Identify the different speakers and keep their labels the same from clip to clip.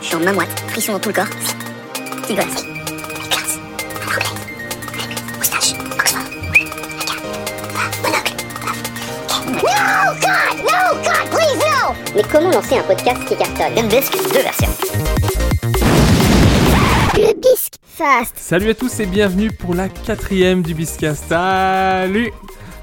Speaker 1: je suis en mamoite, frisson dans tout le corps. Dégueulasse. Classe. Anglais. Moustache. Oxford. Monocle.
Speaker 2: No, God! No, God, please, no!
Speaker 3: Mais comment lancer un podcast qui cartonne
Speaker 1: Limbisk, deux versions.
Speaker 2: Le bisque. Fast.
Speaker 4: Salut à tous et bienvenue pour la quatrième du Biscast. Salut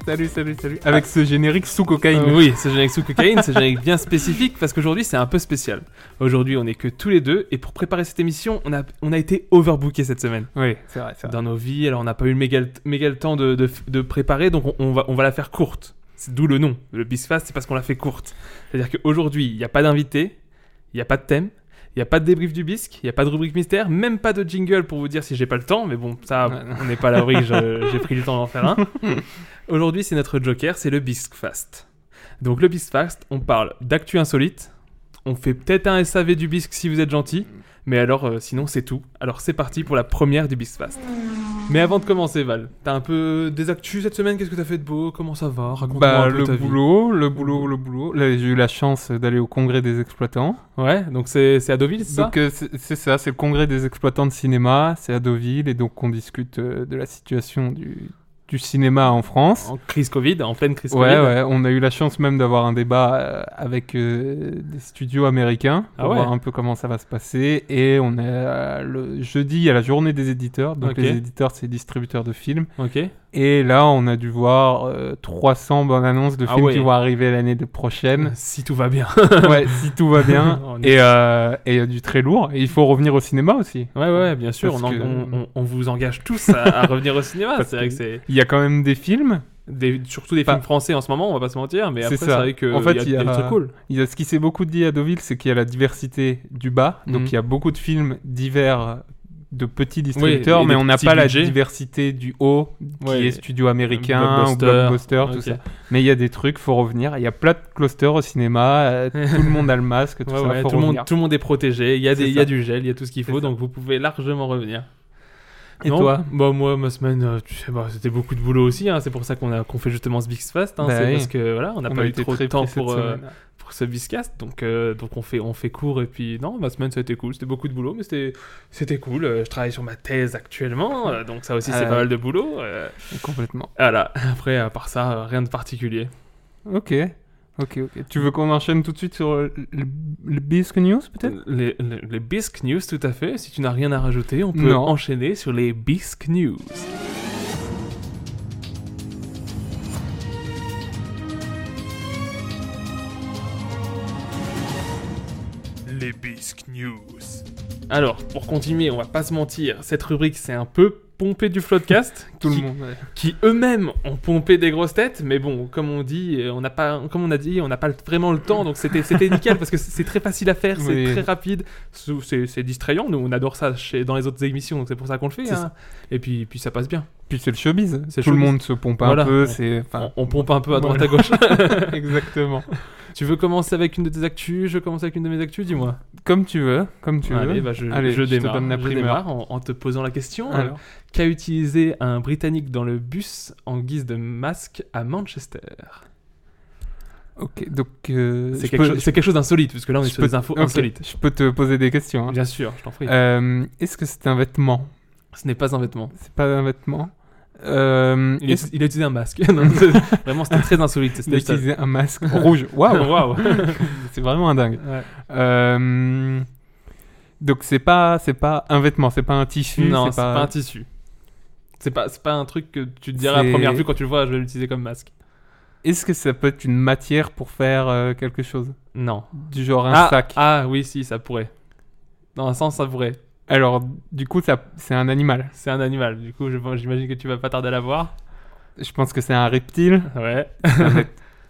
Speaker 4: Salut, salut, salut.
Speaker 5: Avec ce générique sous cocaïne.
Speaker 4: Euh, oui, c'est générique sous cocaïne, c'est générique bien spécifique parce qu'aujourd'hui c'est un peu spécial. Aujourd'hui on est que tous les deux et pour préparer cette émission on a, on a été overbooké cette semaine
Speaker 5: Oui, c'est vrai, c'est vrai.
Speaker 4: dans nos vies. Alors on n'a pas eu le méga, méga le temps de, de- de préparer donc on, on va, on va la faire courte. C'est d'où le nom. Le Bisfast c'est parce qu'on l'a fait courte. C'est-à-dire qu'aujourd'hui il n'y a pas d'invité, il n'y a pas de thème. Il n'y a pas de débrief du bisque, il n'y a pas de rubrique mystère, même pas de jingle pour vous dire si j'ai pas le temps, mais bon, ça,
Speaker 5: Ouais.
Speaker 4: on n'est pas à l'abri, je- j'ai pris le temps d'en faire un. Aujourd'hui, c'est notre joker, c'est le Bisque Fast. Donc le Bisque Fast, on parle d'actu insolite, on fait peut-être un SAV du Bisque si vous êtes gentil, mais alors euh, sinon c'est tout. Alors c'est parti pour la première du Bisque Fast. Mais avant de commencer Val, t'as un peu des actus cette semaine, qu'est-ce que t'as fait de beau, comment ça va, raconte-moi
Speaker 5: Bah,
Speaker 4: un peu
Speaker 5: le
Speaker 4: ta vie.
Speaker 5: boulot, le boulot, le boulot. Là, j'ai eu la chance d'aller au congrès des exploitants.
Speaker 4: Ouais, donc c'est c'est à Deauville, c'est ça
Speaker 5: donc, euh, c'est c'est ça, c'est le congrès des exploitants de cinéma, c'est à Deauville, et donc on discute euh, de la situation du, du cinéma en France.
Speaker 4: En crise Covid, en pleine crise
Speaker 5: Ouais,
Speaker 4: Covid.
Speaker 5: ouais, on a eu la chance même d'avoir un débat euh, avec euh, des studios américains pour
Speaker 4: Ah ouais.
Speaker 5: voir un peu comment ça va se passer. Et on est euh, le jeudi à la journée des éditeurs. Donc
Speaker 4: Ok.
Speaker 5: les éditeurs, c'est distributeurs de films.
Speaker 4: Ok.
Speaker 5: Et là, on a dû voir euh, 300 bonnes annonces de
Speaker 4: Ah
Speaker 5: films qui
Speaker 4: ouais.
Speaker 5: vont arriver l'année de- prochaine.
Speaker 4: Si tout va bien.
Speaker 5: ouais, si tout va bien.
Speaker 4: On est-
Speaker 5: et euh, et il y a du très lourd. Et il faut revenir au cinéma aussi.
Speaker 4: Ouais, ouais, bien sûr,
Speaker 5: Parce
Speaker 4: on, en-
Speaker 5: que-
Speaker 4: on, on- on vous engage tous à, à revenir au cinéma.
Speaker 5: Parce
Speaker 4: C'est vrai que
Speaker 5: que-
Speaker 4: c'est
Speaker 5: Il y a quand même des films.
Speaker 4: des- surtout des
Speaker 5: Pas-
Speaker 4: films français en ce moment, on va pas se mentir, mais après
Speaker 5: C'est
Speaker 4: c'est
Speaker 5: ça.
Speaker 4: vrai que
Speaker 5: En fait,
Speaker 4: il y a des trucs cool.
Speaker 5: Il y a, ce qui s'est beaucoup dit à Deauville, c'est qu'il y a la diversité du bas. Donc
Speaker 4: Mhm.
Speaker 5: il y a beaucoup de films divers euh, de petits distributeurs,
Speaker 4: et
Speaker 5: mais
Speaker 4: des
Speaker 5: on n'a
Speaker 4: petits
Speaker 5: pas
Speaker 4: budgets.
Speaker 5: la diversité du haut, qui
Speaker 4: Ouais,
Speaker 5: est studio américain ou
Speaker 4: blockbuster.
Speaker 5: blockbuster, tout
Speaker 4: Ok.
Speaker 5: ça. Mais il y a des trucs, faut revenir. Il y a plein de clusters au cinéma, euh, tout le monde a le masque, tout
Speaker 4: Ouais,
Speaker 5: ça,
Speaker 4: ouais,
Speaker 5: faut
Speaker 4: tout, le monde,
Speaker 5: revenir.
Speaker 4: tout le monde est protégé, il y, a des-
Speaker 5: C'est
Speaker 4: il y a
Speaker 5: ça.
Speaker 4: du gel, il y a tout ce qu'il faut,
Speaker 5: C'est ça.
Speaker 4: donc vous pouvez largement revenir.
Speaker 5: Et toi
Speaker 4: bah, Moi, ma semaine, euh, tu sais, bah, c'était beaucoup de boulot aussi, hein, c'est pour ça qu'on a- qu'on fait justement ce Big Fast, hein,
Speaker 5: Bah
Speaker 4: c'est
Speaker 5: oui.
Speaker 4: parce que voilà, on n'a
Speaker 5: On
Speaker 4: pas
Speaker 5: a
Speaker 4: eu
Speaker 5: été
Speaker 4: trop de
Speaker 5: très
Speaker 4: temps
Speaker 5: pris cette
Speaker 4: pour, euh,
Speaker 5: semaine.
Speaker 4: pour ce Biscast, donc, euh, donc on, fait, on fait court, et puis non, ma semaine ça a été cool, c'était beaucoup de boulot, mais c'était c'était cool, euh, je travaille sur ma thèse actuellement, euh, donc ça aussi c'est
Speaker 5: Ah,
Speaker 4: pas
Speaker 5: oui.
Speaker 4: mal de boulot. euh,
Speaker 5: Complètement.
Speaker 4: voilà, après, à part ça, euh, rien de particulier.
Speaker 5: Ok. Ok, ok. Tu veux qu'on enchaîne tout de suite sur euh, le, le Bisque News, peut-être
Speaker 4: Les, les, les Bisque News, tout à fait. Si tu n'as rien à rajouter, on peut
Speaker 5: Non.
Speaker 4: enchaîner sur les Bisque News. Les Bisque News. Alors, pour continuer, on va pas se mentir, cette rubrique c'est un peu pompé du Floodcast.
Speaker 5: Tout
Speaker 4: qui-
Speaker 5: le monde. ouais.
Speaker 4: qui eux-mêmes ont pompé des grosses têtes, mais bon, comme on dit, euh, on n'a pas, comme on a dit, on n'a pas vraiment le temps, donc c'était c'était nickel parce que c'est très facile à faire, c'est
Speaker 5: Oui.
Speaker 4: très rapide, c'est- c'est c'est distrayant, nous on adore ça chez, dans les autres émissions, donc c'est pour ça qu'on le fait,
Speaker 5: C'est
Speaker 4: hein. et puis puis ça passe bien.
Speaker 5: Puis c'est le showbiz. Tout
Speaker 4: C'est le
Speaker 5: le
Speaker 4: showbiz.
Speaker 5: monde se pompe un
Speaker 4: Voilà.
Speaker 5: peu. C'est. enfin,
Speaker 4: on, on pompe un peu à droite à gauche.
Speaker 5: Exactement.
Speaker 4: tu veux commencer avec une de tes actus, je commence avec une de mes actus, dis-moi.
Speaker 5: Comme tu veux, comme tu
Speaker 4: Allez,
Speaker 5: veux.
Speaker 4: bah, je,
Speaker 5: Allez,
Speaker 4: je
Speaker 5: je te
Speaker 4: démarre,
Speaker 5: donne la
Speaker 4: je
Speaker 5: primeur.
Speaker 4: démarre en, en te posant la question. euh,
Speaker 5: Alors,
Speaker 4: Qu'a utilisé un Britannique dans le bus en guise de masque à Manchester
Speaker 5: ok, donc euh,
Speaker 4: C'est
Speaker 5: je
Speaker 4: quelque,
Speaker 5: peux-
Speaker 4: chose- c'est quelque chose d'insolite, parce que là on est
Speaker 5: je
Speaker 4: sur
Speaker 5: peux-
Speaker 4: des infos
Speaker 5: ok,
Speaker 4: insolites.
Speaker 5: Je peux te poser des questions. hein.
Speaker 4: Bien sûr, je t'en prie.
Speaker 5: Euh, Est-ce que c'est un vêtement
Speaker 4: Ce n'est pas un vêtement.
Speaker 5: C'est pas un vêtement. Euh,
Speaker 4: Il,
Speaker 5: Est-ce
Speaker 4: est- il a utilisé un masque. Non, c'est- Vraiment, c'était très insolite.
Speaker 5: qu'il a
Speaker 4: C'était ça.
Speaker 5: utilisé un masque rouge Waouh,
Speaker 4: Waouh.
Speaker 5: c'est vraiment un dingue.
Speaker 4: Ouais.
Speaker 5: Euh, donc c'est pas, c'est pas un vêtement, c'est pas un tissu.
Speaker 4: Non, c'est pas... un tissu. C'est pas, c'est pas un truc que tu te dirais à
Speaker 5: C'est-
Speaker 4: première vue quand tu le vois, je vais l'utiliser comme masque.
Speaker 5: Est-ce que ça peut être une matière pour faire euh, quelque chose
Speaker 4: Non.
Speaker 5: du genre un
Speaker 4: ah,
Speaker 5: sac
Speaker 4: ah oui, si, ça pourrait. Dans un sens, ça pourrait.
Speaker 5: Alors du coup, ça, c'est un animal.
Speaker 4: C'est un animal. Du coup, je- j'imagine que tu vas pas tarder à la voir.
Speaker 5: Je pense que c'est un reptile,
Speaker 4: Ouais.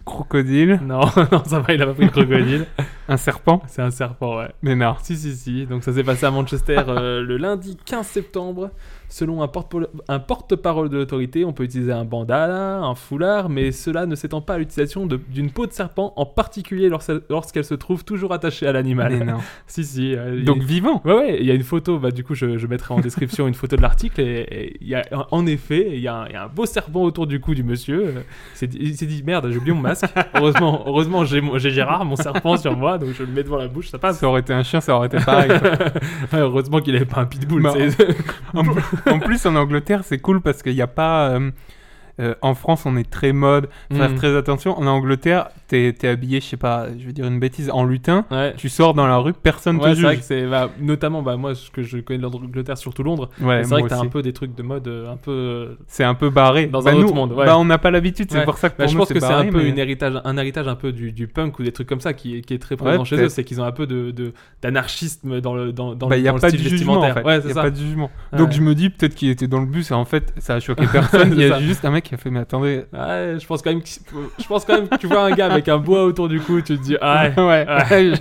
Speaker 5: crocodile,
Speaker 4: non, non, ça va, il a pas pris le crocodile.
Speaker 5: un serpent.
Speaker 4: C'est un serpent, ouais.
Speaker 5: Mais non.
Speaker 4: Si, si, si. Donc ça s'est passé à Manchester euh, le lundi 15 septembre. Selon un porte- un porte-parole de l'autorité, on peut utiliser un bandana, un foulard, mais cela ne s'étend pas à l'utilisation de- d'une peau de serpent, en particulier lorsqu'elle lorsqu'elle se trouve toujours attachée à
Speaker 5: Mais
Speaker 4: l'animal.
Speaker 5: non.
Speaker 4: Si, si. euh, il-
Speaker 5: Donc vivant.
Speaker 4: Ouais, ouais, il y a une photo, bah, du coup, je, je mettrai en description une photo de l'article. Et, et il y a, en effet, il y, a un- il y a un beau serpent autour du cou du monsieur. euh, c'est dit- Il s'est dit, merde, j'ai oublié mon masque. heureusement, heureusement j'ai mon- j'ai Gérard, mon serpent sur moi, donc je le mets devant la bouche, ça passe.
Speaker 5: Ça aurait été un chien, ça aurait été pareil. quoi.
Speaker 4: heureusement qu'il avait pas un pitbull.
Speaker 5: Bah,
Speaker 4: c'est-
Speaker 5: En, en plus, en Angleterre, c'est cool parce qu'il n'y a pas. euh, euh, en France, on est très mode, faut faire
Speaker 4: Mm.
Speaker 5: très attention. En Angleterre, t'es t'es habillé, je sais pas, je vais dire une bêtise, en lutin.
Speaker 4: Ouais.
Speaker 5: Tu sors dans la rue, personne
Speaker 4: Ouais,
Speaker 5: te
Speaker 4: c'est vrai
Speaker 5: juge.
Speaker 4: que c'est bah, notamment bah, moi ce que je connais de l'Angleterre surtout Londres
Speaker 5: Ouais,
Speaker 4: c'est vrai
Speaker 5: moi
Speaker 4: que t'as
Speaker 5: aussi.
Speaker 4: un peu des trucs de mode euh, un peu euh,
Speaker 5: C'est un peu barré.
Speaker 4: Dans
Speaker 5: Bah,
Speaker 4: un
Speaker 5: nous,
Speaker 4: autre monde, ouais.
Speaker 5: Bah, on n'a pas l'habitude, c'est
Speaker 4: Ouais.
Speaker 5: pour ça que
Speaker 4: Bah,
Speaker 5: pour
Speaker 4: je
Speaker 5: nous,
Speaker 4: pense que c'est
Speaker 5: barré,
Speaker 4: un peu
Speaker 5: mais-
Speaker 4: une héritage, un héritage un peu du, du punk ou des trucs comme ça qui, est- qui est très présent
Speaker 5: Ouais,
Speaker 4: chez eux,
Speaker 5: peut-être.
Speaker 4: c'est qu'ils ont un peu de de- d'anarchisme dans le dans, dans,
Speaker 5: Bah,
Speaker 4: le-
Speaker 5: y a
Speaker 4: dans le
Speaker 5: pas de
Speaker 4: style
Speaker 5: jugement en
Speaker 4: vestimentaire.
Speaker 5: fait.
Speaker 4: Ouais,
Speaker 5: y
Speaker 4: c'est
Speaker 5: a
Speaker 4: ça.
Speaker 5: pas de jugement. Donc
Speaker 4: Ouais.
Speaker 5: je me dis peut-être qu'il était dans le bus et en fait ça a choqué personne. Il y a
Speaker 4: C'est ça.
Speaker 5: juste un mec qui a fait mais attendez.
Speaker 4: Ouais, je pense quand même que, je pense quand même que tu vois un gars avec un bois autour du cou, tu te dis ah, ouais,
Speaker 5: ouais.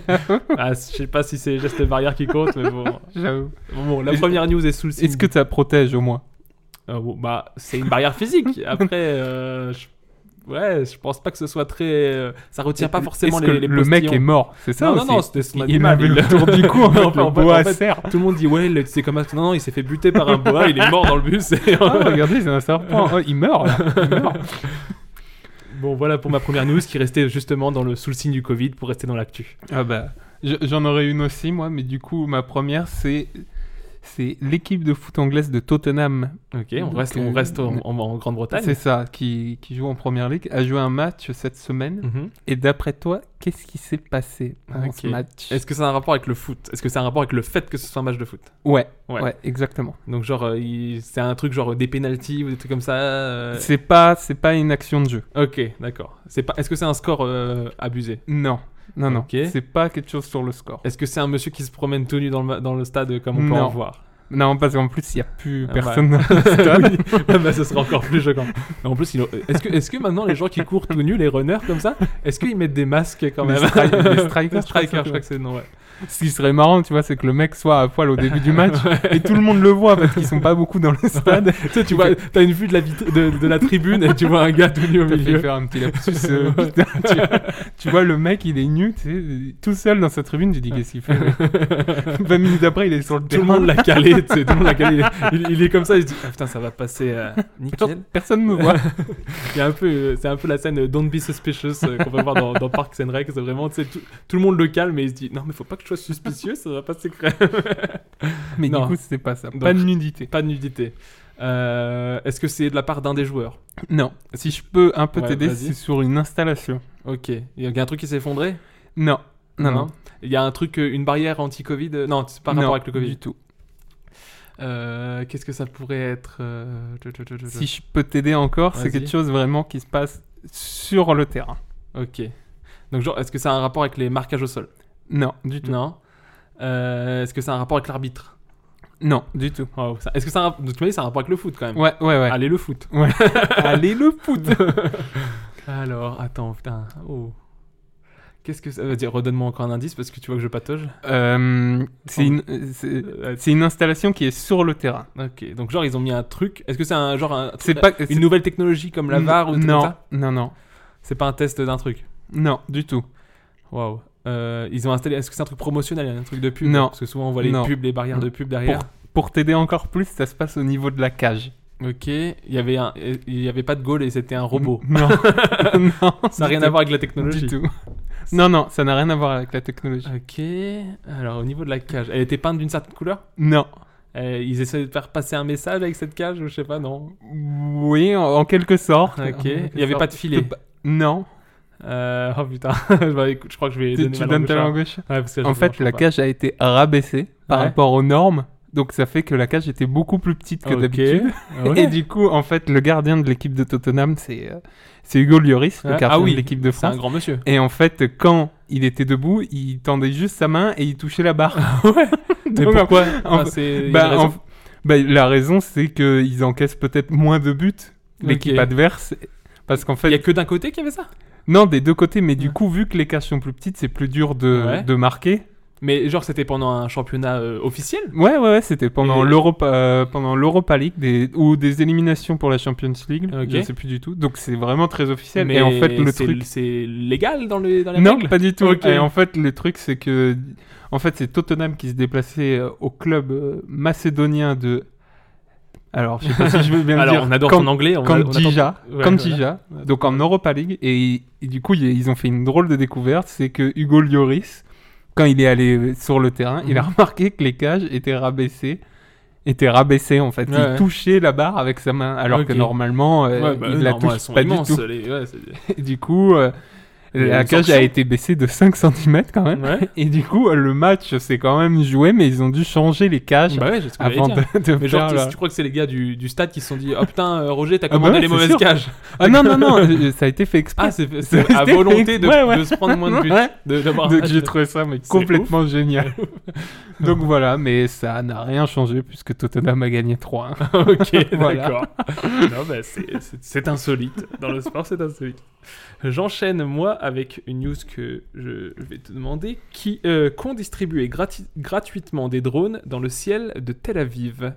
Speaker 4: ah, je sais pas si c'est les gestes barrières qui comptent mais bon.
Speaker 5: J'avoue.
Speaker 4: Bon, bon, la
Speaker 5: Et-
Speaker 4: première news est sous le signe
Speaker 5: Est-ce que ça protège au moins
Speaker 4: Euh, bon, bah, c'est une barrière physique. Après, euh, je... ouais, je pense pas que ce soit très. euh, Ça retient pas forcément
Speaker 5: Est-ce
Speaker 4: les,
Speaker 5: que
Speaker 4: les
Speaker 5: le mec
Speaker 4: postillons.
Speaker 5: est mort C'est ça
Speaker 4: Non, non,
Speaker 5: aussi
Speaker 4: non, c'était son
Speaker 5: Il- Il
Speaker 4: animal.
Speaker 5: avait
Speaker 4: il-
Speaker 5: le tour du cou hein, en fait,
Speaker 4: Enfin, en
Speaker 5: le
Speaker 4: fait,
Speaker 5: bois
Speaker 4: en fait,
Speaker 5: serre.
Speaker 4: Tout le monde dit, ouais, le- c'est comme ça. Non, non, il s'est fait buter par un bois, il est mort dans le bus. Et-
Speaker 5: Ah, regardez, c'est un serpent. Oh, il meurt. là. Il meurt.
Speaker 4: bon, voilà pour ma première news qui restait justement dans le, sous le signe du Covid pour rester dans l'actu.
Speaker 5: Ah bah, je- j'en aurais une aussi moi, mais du coup ma première c'est c'est l'équipe de foot anglaise de Tottenham
Speaker 4: Ok, on
Speaker 5: Donc,
Speaker 4: reste,
Speaker 5: euh,
Speaker 4: on reste en, en- en Grande-Bretagne.
Speaker 5: C'est ça, qui, qui joue en première ligue, a joué un match cette semaine.
Speaker 4: Mhm.
Speaker 5: Et d'après toi, qu'est-ce qui s'est passé pendant ce
Speaker 4: Ok.
Speaker 5: match
Speaker 4: Est-ce que ça a un rapport avec le foot Est-ce que ça a un rapport avec le fait que ce soit un match de foot
Speaker 5: ouais,
Speaker 4: Ouais.
Speaker 5: ouais, exactement.
Speaker 4: Donc, genre, euh, il- c'est un truc genre des pénalties ou des trucs comme ça euh,
Speaker 5: C'est pas, c'est pas une action de jeu.
Speaker 4: Ok, d'accord. C'est pas. Est-ce que c'est un score euh, abusé
Speaker 5: Non, non, non.
Speaker 4: Ok.
Speaker 5: C'est pas quelque chose sur le score.
Speaker 4: Est-ce que c'est un monsieur qui se promène tout nu dans le, ma- dans le stade euh, comme on peut
Speaker 5: Non.
Speaker 4: en voir
Speaker 5: Non, parce qu'en plus, il y a plus
Speaker 4: Ah bah.
Speaker 5: personne dans le
Speaker 4: Oui.
Speaker 5: stade.
Speaker 4: Ah bah, ce sera encore plus choquant. Mais en plus, ils ont- euh, est-ce que, est-ce que maintenant les gens qui courent tout nus, les runners comme ça, est-ce qu'ils mettent des masques euh, quand
Speaker 5: Les
Speaker 4: même
Speaker 5: stri-
Speaker 4: Les
Speaker 5: les strikers, je crois que
Speaker 4: strikers,
Speaker 5: c'est-
Speaker 4: je crois que c'est le nom, ouais.
Speaker 5: Ce qui serait marrant, tu vois, c'est que le mec soit à poil au début du match et tout le monde le voit parce qu'ils sont pas beaucoup dans le stade.
Speaker 4: tu sais, tu vois, t'as une vue de la, vitri- de, de la tribune et tu vois un gars tout nu au
Speaker 5: T'as fait
Speaker 4: milieu.
Speaker 5: faire un petit lapsus. euh, putain, tu, tu vois, le mec, il est nu, tu sais, tout seul dans sa tribune. Tu dis, qu'est-ce qu'il fait mec 20 minutes après, il est sur le
Speaker 4: Tout le
Speaker 5: terrain.
Speaker 4: monde l'a calé, tu sais, tout le monde l'a calé. Il, il est comme ça, il se dit, Ah, putain, ça va passer euh, nickel.
Speaker 5: Personne me voit.
Speaker 4: Il y a un peu, euh, c'est un peu la scène euh, Don't be suspicious euh, qu'on peut voir dans, dans Parks and Rec. C'est vraiment, tu sais, tout, tout le monde le calme et il se dit non mais faut pas que je sois suspicieux, ça va pas secret.
Speaker 5: Mais
Speaker 4: Non.
Speaker 5: du coup, c'est pas ça.
Speaker 4: Donc-
Speaker 5: pas de nudité.
Speaker 4: pas de nudité. Euh, Est-ce que c'est de la part d'un des joueurs
Speaker 5: Non. Si je peux un peu
Speaker 4: Ouais,
Speaker 5: t'aider,
Speaker 4: vas-y.
Speaker 5: c'est sur une installation.
Speaker 4: Ok. Il y a un truc qui s'est effondré
Speaker 5: Non. Non, non.
Speaker 4: Il y a un truc, euh, une barrière anti-Covid euh, Non, c'est pas
Speaker 5: Non,
Speaker 4: rapport avec le
Speaker 5: du
Speaker 4: Covid.
Speaker 5: tout.
Speaker 4: Euh, Qu'est-ce que ça pourrait être euh, tu- tu- tu- tu-
Speaker 5: Si je peux t'aider encore,
Speaker 4: Vas-y.
Speaker 5: c'est quelque chose vraiment qui se passe sur le terrain.
Speaker 4: Ok. Donc genre, est-ce que ça a un rapport avec les marquages au sol
Speaker 5: Non, du tout.
Speaker 4: Non. Euh, Est-ce que ça a un rapport avec l'arbitre
Speaker 5: Non, du tout.
Speaker 4: Oh, ça- Est-ce que ça a un... Donc, tu m'as dit, ça a un rapport avec le foot quand même
Speaker 5: Ouais, ouais, ouais.
Speaker 4: Allez le foot.
Speaker 5: Allez le foot
Speaker 4: Alors, attends, putain. Oh. Qu'est-ce que ça veut dire Redonne-moi encore un indice parce que tu vois que je patauge.
Speaker 5: Euh,
Speaker 4: Oh.
Speaker 5: C'est une, euh, c'est-
Speaker 4: Euh,
Speaker 5: c'est une installation qui est sur le terrain.
Speaker 4: ok, donc genre ils ont mis un truc. Est-ce que c'est un genre un,
Speaker 5: C'est pas
Speaker 4: une nouvelle technologie comme la VAR ou tout
Speaker 5: non,
Speaker 4: ça
Speaker 5: non, non,
Speaker 4: C'est pas un test d'un truc.
Speaker 5: non, du tout.
Speaker 4: Waouh. Euh, Ils ont installé. Est-ce que c'est un truc promotionnel, un truc de pub
Speaker 5: Non.
Speaker 4: Parce que souvent on voit les
Speaker 5: Non.
Speaker 4: pubs, les barrières de pub derrière.
Speaker 5: Pour t'aider encore plus, ça se passe au niveau de la cage.
Speaker 4: Ok. Il y avait un. Il y avait pas de goal et c'était un robot.
Speaker 5: Non, non,
Speaker 4: Ça n'a
Speaker 5: du
Speaker 4: rien
Speaker 5: tout.
Speaker 4: à voir avec la technologie.
Speaker 5: Mm. Du tout. Non, non, ça n'a rien à voir avec la technologie.
Speaker 4: Ok. Alors au niveau de la cage, elle était peinte d'une certaine couleur.
Speaker 5: Non.
Speaker 4: Euh, ils essaient de faire passer un message avec cette cage ou je sais pas, non.
Speaker 5: Oui, en, en quelque sorte. En
Speaker 4: Ok,
Speaker 5: quelque
Speaker 4: il y avait
Speaker 5: sorte.
Speaker 4: pas de filet.
Speaker 5: Peut pas- Non.
Speaker 4: Euh, oh putain, Bah, écoute, je crois que je vais
Speaker 5: Tu,
Speaker 4: donner
Speaker 5: tu
Speaker 4: ma
Speaker 5: donnes
Speaker 4: langue
Speaker 5: ta
Speaker 4: au chat.
Speaker 5: langue au chat.
Speaker 4: Ouais, parce que je-
Speaker 5: En
Speaker 4: je
Speaker 5: fait,
Speaker 4: peux
Speaker 5: la
Speaker 4: pas.
Speaker 5: cage a été rabaissée par
Speaker 4: Ouais.
Speaker 5: rapport aux normes. Donc ça fait que la cage était beaucoup plus petite que
Speaker 4: Ok.
Speaker 5: d'habitude.
Speaker 4: Ah ouais.
Speaker 5: Et du coup, en fait, le gardien de l'équipe de Tottenham, c'est euh, c'est Hugo Lloris,
Speaker 4: Ouais.
Speaker 5: le
Speaker 4: Ah
Speaker 5: gardien
Speaker 4: oui,
Speaker 5: de l'équipe de
Speaker 4: C'est un
Speaker 5: France.
Speaker 4: grand monsieur.
Speaker 5: Et en fait, quand il était debout, il tendait juste sa main et il touchait la barre.
Speaker 4: Ah Mais
Speaker 5: Donc,
Speaker 4: pourquoi
Speaker 5: en-
Speaker 4: Enfin, c'est- il y a
Speaker 5: bah,
Speaker 4: raison.
Speaker 5: en- bah, la raison, c'est qu'ils encaissent peut-être moins de buts, l'équipe
Speaker 4: Ok.
Speaker 5: adverse. Parce qu'en
Speaker 4: Il y
Speaker 5: fait,
Speaker 4: a que d'un côté qu'il y avait ça
Speaker 5: non, des deux côtés, mais du
Speaker 4: Ouais.
Speaker 5: coup, vu que les cages sont plus petites, c'est plus dur de,
Speaker 4: Ouais.
Speaker 5: de marquer.
Speaker 4: Mais genre, c'était pendant un championnat euh, officiel
Speaker 5: Ouais, ouais, ouais, c'était pendant
Speaker 4: Et-
Speaker 5: l'Europa, euh, pendant l'Europa League des, ou des éliminations pour la Champions League.
Speaker 4: Ok.
Speaker 5: Je ne sais plus du tout. Donc c'est vraiment très officiel.
Speaker 4: mais
Speaker 5: et en fait, le
Speaker 4: c'est-
Speaker 5: truc.
Speaker 4: C'est légal dans, le, dans la
Speaker 5: Non,
Speaker 4: règle
Speaker 5: pas du tout.
Speaker 4: Ok.
Speaker 5: Et en fait, le truc, c'est que. En fait, c'est Tottenham qui se déplaçait euh, au club euh, macédonien de. Alors, je sais pas si je veux bien le
Speaker 4: Alors,
Speaker 5: dire.
Speaker 4: on adore
Speaker 5: Cam-
Speaker 4: ton anglais. On a- on attend-
Speaker 5: Kandija,
Speaker 4: Ouais,
Speaker 5: Kandija, donc en Europa League, et, et du coup, ils ils ont fait une drôle de découverte, c'est que Hugo Lloris, quand il est allé euh, sur le terrain, il a
Speaker 4: Mhm.
Speaker 5: remarqué que les cages étaient rabaissées, étaient rabaissées en fait.
Speaker 4: Ouais,
Speaker 5: il
Speaker 4: ouais.
Speaker 5: touchait la barre avec sa main, alors que
Speaker 4: Ok.
Speaker 5: normalement, euh,
Speaker 4: Ouais, bah,
Speaker 5: il
Speaker 4: eux,
Speaker 5: la
Speaker 4: normalement, elles
Speaker 5: touche
Speaker 4: sont
Speaker 5: pas
Speaker 4: immenses,
Speaker 5: du tout.
Speaker 4: les- ouais, c'est-
Speaker 5: Et du coup, euh,
Speaker 4: Il y a
Speaker 5: la
Speaker 4: une
Speaker 5: cage a
Speaker 4: sanction.
Speaker 5: été baissée de 5 cm quand même.
Speaker 4: Ouais.
Speaker 5: Et du coup, euh, le match s'est quand même joué, mais ils ont dû changer les cages
Speaker 4: Bah ouais, c'est ce que j'allais
Speaker 5: avant
Speaker 4: dire.
Speaker 5: de, de
Speaker 4: Mais
Speaker 5: faire
Speaker 4: genre, tu,
Speaker 5: la-
Speaker 4: tu crois que c'est les gars du, du stade qui se sont dit Ah putain, euh, Roger, t'as
Speaker 5: Ah bah
Speaker 4: commandé
Speaker 5: ouais,
Speaker 4: les
Speaker 5: c'est
Speaker 4: mauvaises
Speaker 5: sûr.
Speaker 4: cages.
Speaker 5: Ah non, non, non, euh, ça a été fait exprès.
Speaker 4: Ah, c'est c'est à
Speaker 5: C'était
Speaker 4: volonté
Speaker 5: fait-
Speaker 4: de,
Speaker 5: ouais, ouais.
Speaker 4: de se prendre moins de buts.
Speaker 5: Ouais.
Speaker 4: de- d'avoir un
Speaker 5: Donc
Speaker 4: match
Speaker 5: j'ai
Speaker 4: de-
Speaker 5: trouvé ça mais
Speaker 4: C'est
Speaker 5: complètement génial. Donc voilà, mais ça n'a rien changé puisque Tottenham a gagné 3-1.
Speaker 4: ok,
Speaker 5: Voilà.
Speaker 4: d'accord. Non, bah, c'est- c'est c'est insolite. Dans le sport, c'est insolite. J'enchaîne, moi, avec une news que je vais te demander. Qui euh, qu'ont distribué grati- gratuitement des drones dans le ciel de Tel Aviv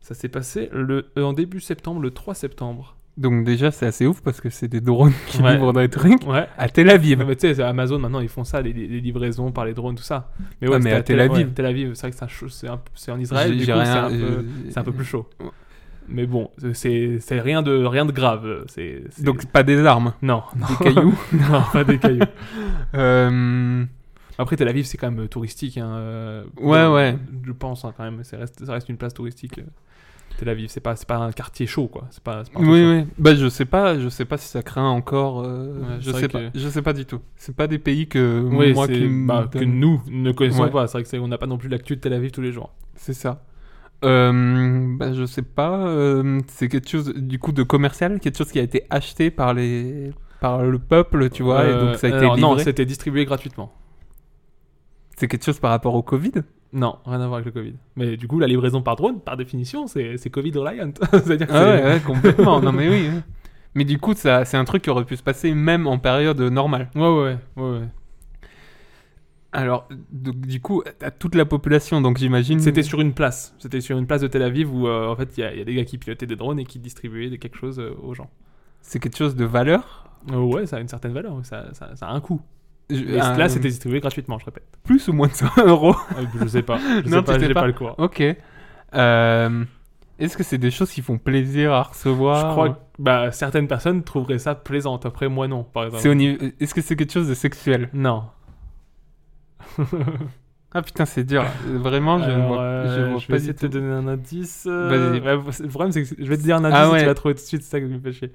Speaker 4: Ça s'est passé le, euh, en début septembre, le 3 septembre.
Speaker 5: Donc déjà c'est assez ouf parce que c'est des drones qui
Speaker 4: Ouais.
Speaker 5: livrent des trucs
Speaker 4: Ouais.
Speaker 5: à Tel Aviv.
Speaker 4: Non, mais bah, tu sais, c'est Amazon maintenant ils font ça, les, les livraisons par les drones, tout ça.
Speaker 5: Ah,
Speaker 4: ouais,
Speaker 5: mais
Speaker 4: c'était
Speaker 5: à Tel
Speaker 4: Tel-
Speaker 5: Aviv.
Speaker 4: ouais, Tel Aviv, euh, c'est vrai que c'est un ch- c'est un- c'est en Israël,
Speaker 5: J'ai-
Speaker 4: du
Speaker 5: j'ai
Speaker 4: coup, c'est
Speaker 5: rien- euh,
Speaker 4: un, peu-
Speaker 5: j'ai-
Speaker 4: c'est un peu plus chaud. Mais bon, c'est c'est rien de, rien de grave. c'est c'est-
Speaker 5: Donc c'est pas des armes,
Speaker 4: non,
Speaker 5: des cailloux.
Speaker 4: non, pas des cailloux.
Speaker 5: Euh,
Speaker 4: Après, Tel Aviv, c'est quand même touristique. hein, euh,
Speaker 5: Ouais,
Speaker 4: je-
Speaker 5: ouais.
Speaker 4: Je pense hein, quand même, c'est reste- ça reste une place touristique. euh, Tel Aviv, c'est pas, c'est pas un quartier chaud, quoi. C'est pas, c'est pas un
Speaker 5: Oui,
Speaker 4: truc chaud.
Speaker 5: oui. Bah je sais pas, je sais pas si ça craint encore. euh,
Speaker 4: Ouais,
Speaker 5: je
Speaker 4: c'est
Speaker 5: sais
Speaker 4: vrai
Speaker 5: pas,
Speaker 4: que-
Speaker 5: je sais pas du tout. C'est pas des pays que
Speaker 4: Oui,
Speaker 5: moi
Speaker 4: c'est-
Speaker 5: qui me
Speaker 4: bah, que
Speaker 5: donne-
Speaker 4: nous ne connaissons
Speaker 5: Ouais.
Speaker 4: pas. C'est vrai que c'est- on n'a pas non plus l'actu de Tel Aviv tous les jours.
Speaker 5: C'est ça. Euh, bah, je sais pas. euh, c'est quelque chose du coup de commercial, quelque chose qui a été acheté par les par le peuple, tu vois, et
Speaker 4: Euh,
Speaker 5: donc ça a été
Speaker 4: alors, Non,
Speaker 5: livré.
Speaker 4: c'était distribué gratuitement.
Speaker 5: C'est quelque chose par rapport au Covid.
Speaker 4: Non, rien à voir avec le Covid. Mais du coup, la livraison par drone, par définition, c'est c'est Covid reliant. C'est-à-dire que
Speaker 5: Ah
Speaker 4: c'est-
Speaker 5: ouais, ouais, complètement. non mais oui. ouais. Mais du coup, ça, c'est un truc qui aurait pu se passer même en période normale.
Speaker 4: ouais, ouais, ouais, ouais.
Speaker 5: Alors, donc, du coup, à toute la population, donc j'imagine.
Speaker 4: C'était sur une place. C'était sur une place de Tel Aviv où, euh, en fait, il y, a- il y a des gars qui pilotaient des drones et qui distribuaient des- quelque chose euh, aux gens.
Speaker 5: C'est quelque chose de valeur.
Speaker 4: Euh, ouais, ça a une certaine valeur. Ça, ça- ça a un coût.
Speaker 5: Je-
Speaker 4: Et
Speaker 5: un-
Speaker 4: là, c'était distribué gratuitement, je répète.
Speaker 5: plus ou moins de 100 euros.
Speaker 4: Euh, je sais pas. Je
Speaker 5: Non,
Speaker 4: sais pas,
Speaker 5: tu sais
Speaker 4: j'ai
Speaker 5: pas.
Speaker 4: pas le cours.
Speaker 5: ok. Euh, Est-ce que c'est des choses qui font plaisir à recevoir
Speaker 4: Je crois que bah, certaines personnes trouveraient ça plaisante. Après, moi, non, par exemple.
Speaker 5: C'est au niveau- Est-ce que c'est quelque chose de sexuel
Speaker 4: Non.
Speaker 5: Ah putain, c'est dur. Euh, Vraiment, je ne
Speaker 4: Alors,
Speaker 5: vois, je
Speaker 4: euh,
Speaker 5: vois
Speaker 4: je vais
Speaker 5: pas
Speaker 4: essayer
Speaker 5: du
Speaker 4: de te
Speaker 5: tout.
Speaker 4: donner un indice. euh,
Speaker 5: Vas-y.
Speaker 4: bah, le problème, c'est que je vais te dire un indice
Speaker 5: Ah
Speaker 4: et
Speaker 5: ouais.
Speaker 4: tu vas trouver tout de suite, c'est ça qui me fait chier.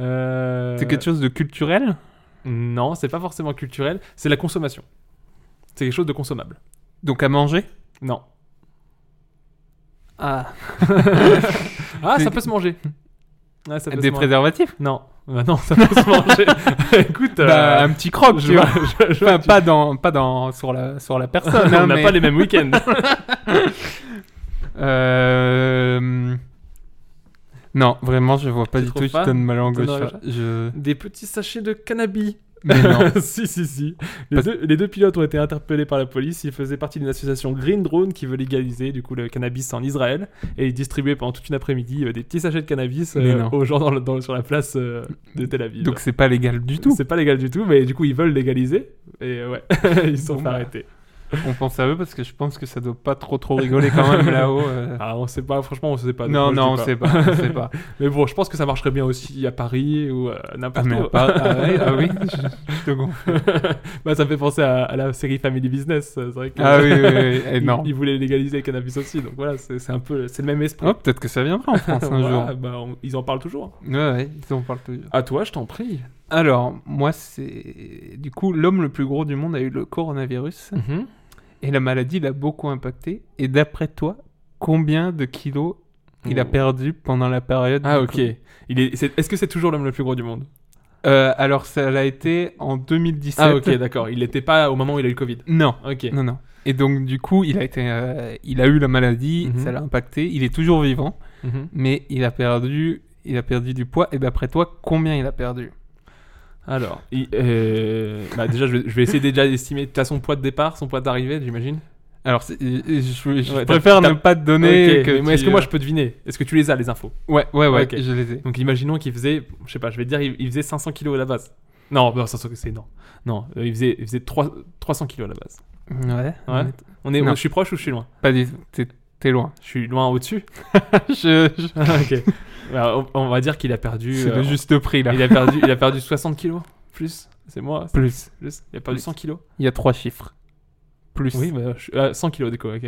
Speaker 4: Euh,
Speaker 5: C'est quelque chose de culturel
Speaker 4: Non, c'est pas forcément culturel, c'est la consommation. C'est quelque chose de consommable.
Speaker 5: Donc à manger
Speaker 4: Non.
Speaker 5: Ah.
Speaker 4: Ah, ça
Speaker 5: C'est-
Speaker 4: peut se manger. Ah, ça peut
Speaker 5: Des
Speaker 4: se manger.
Speaker 5: préservatifs
Speaker 4: Non. Bah non, ça peut se manger. Écoute, euh,
Speaker 5: Bah, Un petit croc,
Speaker 4: je
Speaker 5: tu
Speaker 4: vois-
Speaker 5: vois.
Speaker 4: je- je-
Speaker 5: Enfin,
Speaker 4: tu-
Speaker 5: pas dans, pas dans, sur la, sur la personne.
Speaker 4: on
Speaker 5: hein,
Speaker 4: n'a
Speaker 5: mais-
Speaker 4: pas les mêmes week-ends.
Speaker 5: Euh, Non, vraiment, je vois pas
Speaker 4: Tu
Speaker 5: du
Speaker 4: trouves
Speaker 5: tout.
Speaker 4: pas
Speaker 5: Je donne ma langue
Speaker 4: T'en
Speaker 5: gauche.
Speaker 4: aurais
Speaker 5: là. Je...
Speaker 4: Des petits sachets de cannabis.
Speaker 5: Mais non.
Speaker 4: si, si, si. Les,
Speaker 5: Parce-
Speaker 4: deux, les deux pilotes ont été interpellés par la police. Ils faisaient partie d'une association Green Drone qui veut légaliser du coup le cannabis en Israël. Et ils distribuaient pendant toute une après-midi euh, des petits sachets de cannabis euh,
Speaker 5: Mais non.
Speaker 4: aux gens dans le- dans- sur la place euh, de Tel Aviv.
Speaker 5: Donc c'est pas légal du tout.
Speaker 4: c'est pas légal du tout, mais du coup ils veulent légaliser. Et euh, ouais, ils se sont
Speaker 5: Bon,
Speaker 4: fait
Speaker 5: bah.
Speaker 4: arrêter.
Speaker 5: On pense à eux parce que je pense que ça doit pas trop trop rigoler quand même là-haut. euh.
Speaker 4: Ah, on sait pas, franchement on sait pas. donc
Speaker 5: non,
Speaker 4: Ah, moi, je
Speaker 5: non, on
Speaker 4: dis
Speaker 5: sait pas. On sait pas.
Speaker 4: Mais bon, je pense que ça marcherait bien aussi à Paris ou euh,
Speaker 5: Ah,
Speaker 4: n'importe
Speaker 5: mais
Speaker 4: où.
Speaker 5: à part- ah ouais, ah oui, je, je te gonfle.
Speaker 4: bah, ça me fait penser à, à la série Family Business. euh, C'est vrai que
Speaker 5: Ah oui, oui, oui,
Speaker 4: ils-
Speaker 5: énorme.
Speaker 4: Ils, voulaient légaliser le cannabis aussi, donc voilà, c'est c'est un peu, c'est le même esprit.
Speaker 5: Oh, peut-être que ça viendra en France un
Speaker 4: Voilà,
Speaker 5: jour.
Speaker 4: bah, on- ils en parlent toujours.
Speaker 5: Ouais, ouais, ils en parlent toujours.
Speaker 4: À toi, je t'en prie.
Speaker 5: Alors, moi, c'est. Du coup, l'homme le plus gros du monde a eu le coronavirus.
Speaker 4: Mhm.
Speaker 5: Et la maladie l'a beaucoup impacté. Et d'après toi, combien de kilos il a
Speaker 4: Oh.
Speaker 5: perdu pendant la période
Speaker 4: Ah
Speaker 5: du
Speaker 4: ok.
Speaker 5: Covid
Speaker 4: Il est, c'est- est-ce que c'est toujours l'homme le plus gros du monde
Speaker 5: Euh, Alors, ça l'a été en 2017.
Speaker 4: Ah ok, d'accord. Il n'était pas au moment où il a eu le Covid.
Speaker 5: Non,
Speaker 4: Ok.
Speaker 5: non, non. Et donc, du coup, il a, été, euh, il a eu la maladie,
Speaker 4: Mhm.
Speaker 5: ça l'a impacté. Il est toujours vivant.
Speaker 4: Mhm.
Speaker 5: mais il a perdu, il a perdu du poids. Et d'après toi, combien il a perdu
Speaker 4: Alors, il- euh, bah, déjà, je vais, je vais essayer déjà d'estimer. T'as son poids de départ, son poids d'arrivée, j'imagine
Speaker 5: Alors, c'est- je, je- je
Speaker 4: Ouais, t'as-
Speaker 5: préfère
Speaker 4: t'as-
Speaker 5: ne pas te donner.
Speaker 4: Ok,
Speaker 5: que
Speaker 4: mais moi,
Speaker 5: tu-
Speaker 4: Est-ce que moi, je peux deviner Est-ce que tu les as, les infos
Speaker 5: Ouais, ouais, ouais,
Speaker 4: Ok.
Speaker 5: je les ai.
Speaker 4: Donc, imaginons qu'il faisait, je sais pas, je vais te dire, il, il faisait 500 kilos à la base. Non, bah, 500, c'est non. Non, euh, il faisait, il faisait 3, 300 kilos à la base.
Speaker 5: Ah Ouais,
Speaker 4: Ouais. On est,
Speaker 5: Non.
Speaker 4: je suis proche ou je suis loin
Speaker 5: Pas du tout. T'es- T'es loin.
Speaker 4: Je suis loin au-dessus.
Speaker 5: Je- je-
Speaker 4: ok. Alors, on, on va dire qu'il a perdu.
Speaker 5: Ah, C'est
Speaker 4: euh,
Speaker 5: le juste prix là.
Speaker 4: Il a perdu, il a perdu 60 kilos plus. C'est moi. c'est
Speaker 5: Plus.
Speaker 4: plus. Il a perdu
Speaker 5: Plus.
Speaker 4: 100 kilos.
Speaker 5: Il y a trois chiffres. Plus.
Speaker 4: Oui, bah, je- ah, 100 kilos déco, ok.